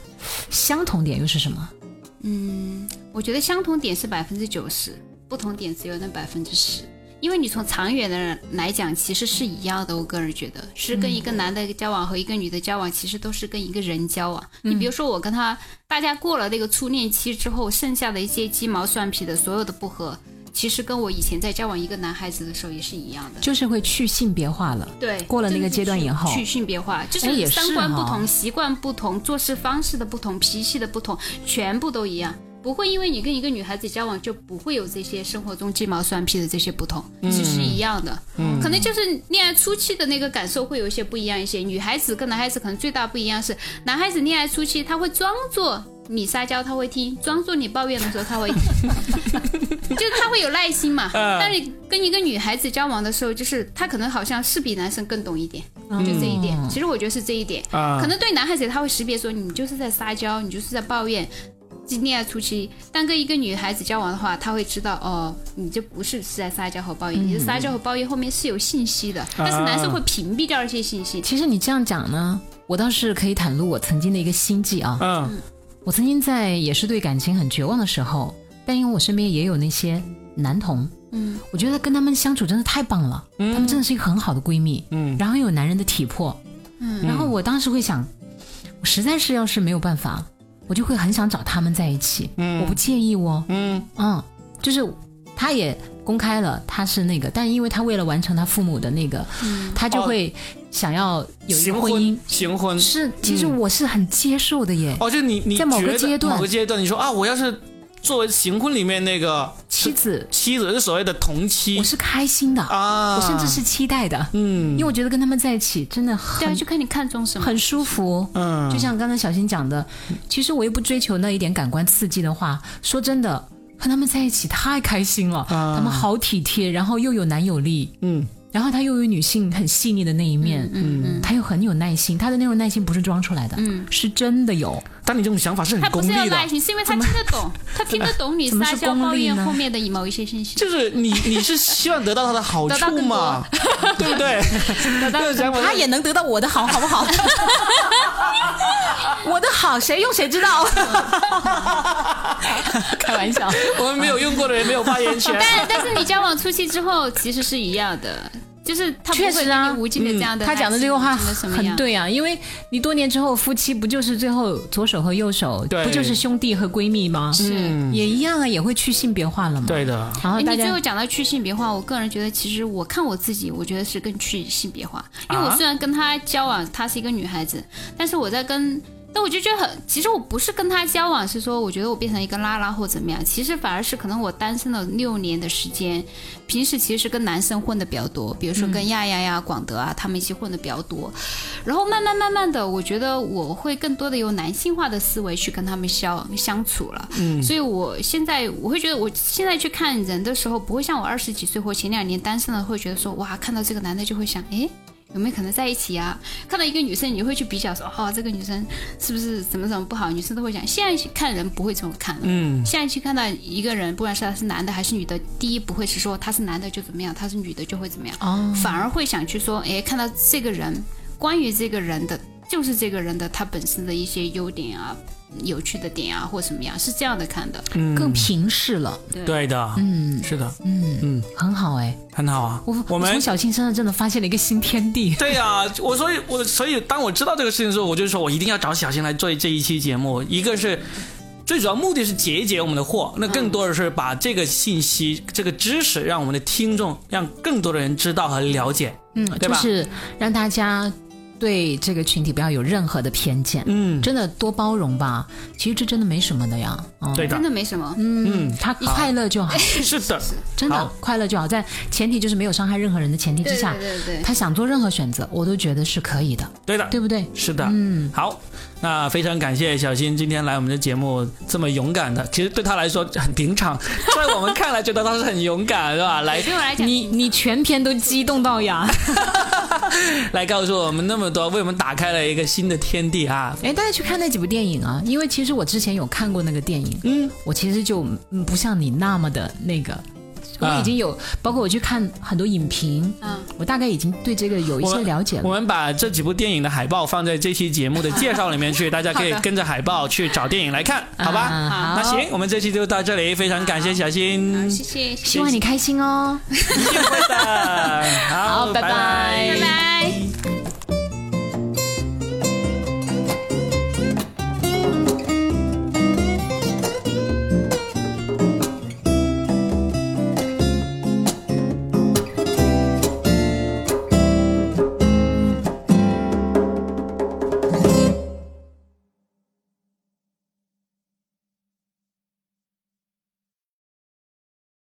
[SPEAKER 2] 相同点又是什么？
[SPEAKER 3] 嗯，我觉得相同点是百分之九十，不同点只有那百分之十。因为你从长远的来讲，其实是一样的。我个人觉得，是跟一个男的交往和一个女的交往，其实都是跟一个人交往。你比如说，我跟他，大家过了那个初恋期之后，剩下的一些鸡毛蒜皮的所有的不合，其实跟我以前在交往一个男孩子的时候也是一样的。
[SPEAKER 2] 就是会去性别化了。
[SPEAKER 3] 对，
[SPEAKER 2] 过了那个阶段以后
[SPEAKER 3] 就是去去性别化，就
[SPEAKER 2] 哎也是
[SPEAKER 3] 三观不同、
[SPEAKER 2] 哈
[SPEAKER 3] 习惯不同、做事方式的不同、脾气的不同，全部都一样。不会因为你跟一个女孩子交往就不会有这些生活中鸡毛蒜皮的这些不同，
[SPEAKER 2] 嗯
[SPEAKER 3] 其实一样的。可能就是恋爱初期的那个感受会有一些不一样一些。女孩子跟男孩子可能最大不一样是，男孩子恋爱初期他会装作你撒娇他会听，装作你抱怨的时候他会听，
[SPEAKER 1] (laughs)
[SPEAKER 3] 就是他会有耐心嘛。
[SPEAKER 1] 嗯
[SPEAKER 3] 但是跟一个女孩子交往的时候，就是他可能好像是比男生更懂一点，就这一点。其实我觉得是这一点，
[SPEAKER 1] 嗯啊
[SPEAKER 3] 可能对男孩子他会识别说你就是在撒娇，你就是在抱怨。恋爱初期，但跟一个女孩子交往的话，他会知道哦，你这不是是在撒娇和抱
[SPEAKER 1] 嗯
[SPEAKER 3] 怨，你的撒娇和抱怨后面是有信息的，但是男生会屏蔽掉一些信
[SPEAKER 1] 啊
[SPEAKER 3] 息。
[SPEAKER 2] 其实你这样讲呢，我倒是可以袒露我曾经的一个心计啊。
[SPEAKER 1] 嗯
[SPEAKER 2] 我曾经在也是对感情很绝望的时候，但因为我身边也有那些男同，
[SPEAKER 3] 嗯
[SPEAKER 2] 我觉得跟他们相处真的太棒了，他们真的是一个很好的闺蜜，
[SPEAKER 1] 嗯，
[SPEAKER 2] 然后又有男人的体魄，
[SPEAKER 3] 嗯
[SPEAKER 2] 然后我当时会想，我实在是要是没有办法，我就会很想找他们在一起，我不介意哦，
[SPEAKER 1] 嗯
[SPEAKER 2] 嗯，就是他也公开了他是那个，但因为他为了完成他父母的那个，
[SPEAKER 3] 嗯
[SPEAKER 2] 他就会想要有一
[SPEAKER 1] 行
[SPEAKER 2] 个婚姻，
[SPEAKER 1] 行哦婚。嗯
[SPEAKER 2] 是其实我是很接受的耶，
[SPEAKER 1] 哦，就你你
[SPEAKER 2] 在某
[SPEAKER 1] 觉
[SPEAKER 2] 个
[SPEAKER 1] 得
[SPEAKER 2] 阶段
[SPEAKER 1] 某个阶段，你说啊，我要是作为行婚里面那个
[SPEAKER 2] 妻子
[SPEAKER 1] 妻子，就所谓的同妻
[SPEAKER 2] 我是开心的，
[SPEAKER 1] 啊，
[SPEAKER 2] 我甚至是期待的，
[SPEAKER 1] 嗯
[SPEAKER 2] 因为我觉得跟他们在一起真的
[SPEAKER 3] 对啊，
[SPEAKER 2] 很
[SPEAKER 3] 就嗯看你看中什么。
[SPEAKER 2] 很舒服。
[SPEAKER 1] 嗯，
[SPEAKER 2] 就像刚才小新讲的，其实我又不追求那一点感官刺激的话，说真的，和他们在一起太开心了，
[SPEAKER 1] 啊
[SPEAKER 2] 他们好体贴，然后又有男友力，
[SPEAKER 1] 嗯
[SPEAKER 2] 然后他又有女性很细腻的那一面，
[SPEAKER 3] 嗯嗯
[SPEAKER 2] 他又很有耐心，他的那种耐心不是装出来的，
[SPEAKER 3] 嗯，
[SPEAKER 2] 是真的有。
[SPEAKER 1] 但你这种想法是
[SPEAKER 3] 他
[SPEAKER 1] 很
[SPEAKER 3] 不
[SPEAKER 1] 功
[SPEAKER 3] 是要
[SPEAKER 1] 利的
[SPEAKER 3] 耐，心，是因为他听得懂， (laughs) 他听得懂你
[SPEAKER 2] 怎么
[SPEAKER 3] 撒
[SPEAKER 2] 是
[SPEAKER 3] 娇
[SPEAKER 2] 功
[SPEAKER 3] 抱
[SPEAKER 2] 利
[SPEAKER 3] 怨
[SPEAKER 2] 呢
[SPEAKER 3] 后面的某一些信息。
[SPEAKER 1] 就是你你是希望得到他的好
[SPEAKER 3] 得到
[SPEAKER 1] 处
[SPEAKER 3] 更多
[SPEAKER 2] (laughs)
[SPEAKER 1] 嘛， (laughs) 对不 (laughs) 对？这种想法是
[SPEAKER 2] 他也能得到我的好，好不好？ (laughs) 我的好谁用谁知道，开玩笑。
[SPEAKER 1] 我们没有用过的人没有发言
[SPEAKER 2] (laughs)
[SPEAKER 1] 权。
[SPEAKER 3] 但但是你交往初期之后，其实是一样的，就是他不
[SPEAKER 2] 确
[SPEAKER 3] 会
[SPEAKER 2] 实
[SPEAKER 3] 给
[SPEAKER 2] 啊
[SPEAKER 3] 你无尽的这样的、
[SPEAKER 2] 他讲的这个话
[SPEAKER 3] 什么
[SPEAKER 2] 很
[SPEAKER 3] 样？
[SPEAKER 2] 对啊，因为你多年之后夫妻不就是最后左手和右手，
[SPEAKER 1] 对
[SPEAKER 2] 不就是兄弟和闺蜜吗？
[SPEAKER 3] 是。
[SPEAKER 2] 也一样啊，也会去性别化了嘛。，
[SPEAKER 1] 对的，
[SPEAKER 2] 然后
[SPEAKER 3] 哎
[SPEAKER 2] 哦大
[SPEAKER 3] 你最
[SPEAKER 2] 家
[SPEAKER 3] 后讲到去性别化，我个人觉得，其实我看我自己，我觉得是更去性别化，因为我
[SPEAKER 1] 啊
[SPEAKER 3] 虽然跟她交往，她是一个女孩子，但是我在跟，但我就觉得很，其实我不是跟她交往，是说我觉得我变成一个拉拉或怎么样，其实反而是可能我单身了六年的时间，平时其实是跟男生混的比较多，比如说
[SPEAKER 2] 嗯
[SPEAKER 3] 跟亚亚呀、广德啊他们一起混的比较多，然后慢慢慢慢的，我觉得我会更多的有男性化的思维去跟他们相相处了。嗯，所以我现在我会觉得，我现在去看人的时候，不会像我二十几岁或前两年单身了，会觉得说哇，看到这个男的就会想，诶，有没有可能在一起啊？ (laughs) 看到一个女生，你会去比较说，哦，这个女生是不是怎么怎么不好？女生都会想，现在去看人不会这么看了。
[SPEAKER 1] 嗯，
[SPEAKER 3] 现在去看到一个人，不管是他是男的还是女的，第一不会是说他是男的就怎么样，他是女的就会怎么样，
[SPEAKER 2] 哦
[SPEAKER 3] 反而会想去说，哎，看到这个人，关于这个人的，就是这个人的他本身的一些优点啊、有趣的点啊，或什么样，是这样的看的。
[SPEAKER 1] 嗯
[SPEAKER 2] 更平视了，
[SPEAKER 1] 对的，
[SPEAKER 2] 嗯
[SPEAKER 1] 是的，
[SPEAKER 2] 嗯
[SPEAKER 1] 嗯，
[SPEAKER 2] 很好哎。
[SPEAKER 1] 很好啊。
[SPEAKER 2] 我
[SPEAKER 1] 我们
[SPEAKER 2] 从小青身上真的发现了一个新天地。
[SPEAKER 1] 对呀、我所以，我所以当我知道这个事情的时候，我就说我一定要找小新来做这一期节目。一个是最主要目的是解一解我们的惑，那更多的是把这个信息、这个知识，让我们的听众，让更多的人知道和了解。
[SPEAKER 2] 嗯，
[SPEAKER 1] 对
[SPEAKER 2] 就
[SPEAKER 1] 吧
[SPEAKER 2] 是让大家对这个群体不要有任何的偏见，
[SPEAKER 1] 嗯，
[SPEAKER 2] 真的多包容吧。其实这真的没什么的呀。嗯、
[SPEAKER 1] 对的
[SPEAKER 3] 真，的没什么，
[SPEAKER 2] 嗯，他
[SPEAKER 1] 好
[SPEAKER 2] 快乐就好，
[SPEAKER 1] 是的，
[SPEAKER 2] 真的
[SPEAKER 1] 好
[SPEAKER 2] 快乐就好，在前提就是没有伤害任何人的前提之下，
[SPEAKER 3] 对对
[SPEAKER 2] 他想做任何选择，我都觉得是可以的，
[SPEAKER 1] 对的，
[SPEAKER 2] 对不对？
[SPEAKER 1] 是的。嗯，好，那非常感谢小新今天来我们的节目，这么勇敢的，其实对他来说很平常， (laughs) 在我们看来觉得他是很勇敢，是吧？来
[SPEAKER 3] 对，对我来哎讲，
[SPEAKER 2] 你你全篇都激动到呀！
[SPEAKER 1] 来告诉我们那么多，为我们打开了一个新的天地啊！
[SPEAKER 2] (laughs) 哎，大家去看那几部电影啊，因为其实我之前有看过那个电影，
[SPEAKER 1] 嗯，
[SPEAKER 2] 我其实就嗯不像你那么的那个，我
[SPEAKER 1] 啊
[SPEAKER 2] 已经有，包括我去看很多影评，
[SPEAKER 3] 嗯，
[SPEAKER 2] 我大概已经对这个有一些了解
[SPEAKER 1] 我
[SPEAKER 2] 了。
[SPEAKER 1] 们把这几部电影的海报放在这期节目的介绍里面去，大家可以跟着海报去找电影来看，好吧？
[SPEAKER 2] 啊
[SPEAKER 1] 那，行，我们这期就到这里，非常感谢小
[SPEAKER 3] 好，
[SPEAKER 1] 新，
[SPEAKER 3] 谢谢，
[SPEAKER 2] 希望你开心哦。
[SPEAKER 1] 一定会的。好，
[SPEAKER 2] 好拜拜
[SPEAKER 3] 拜拜。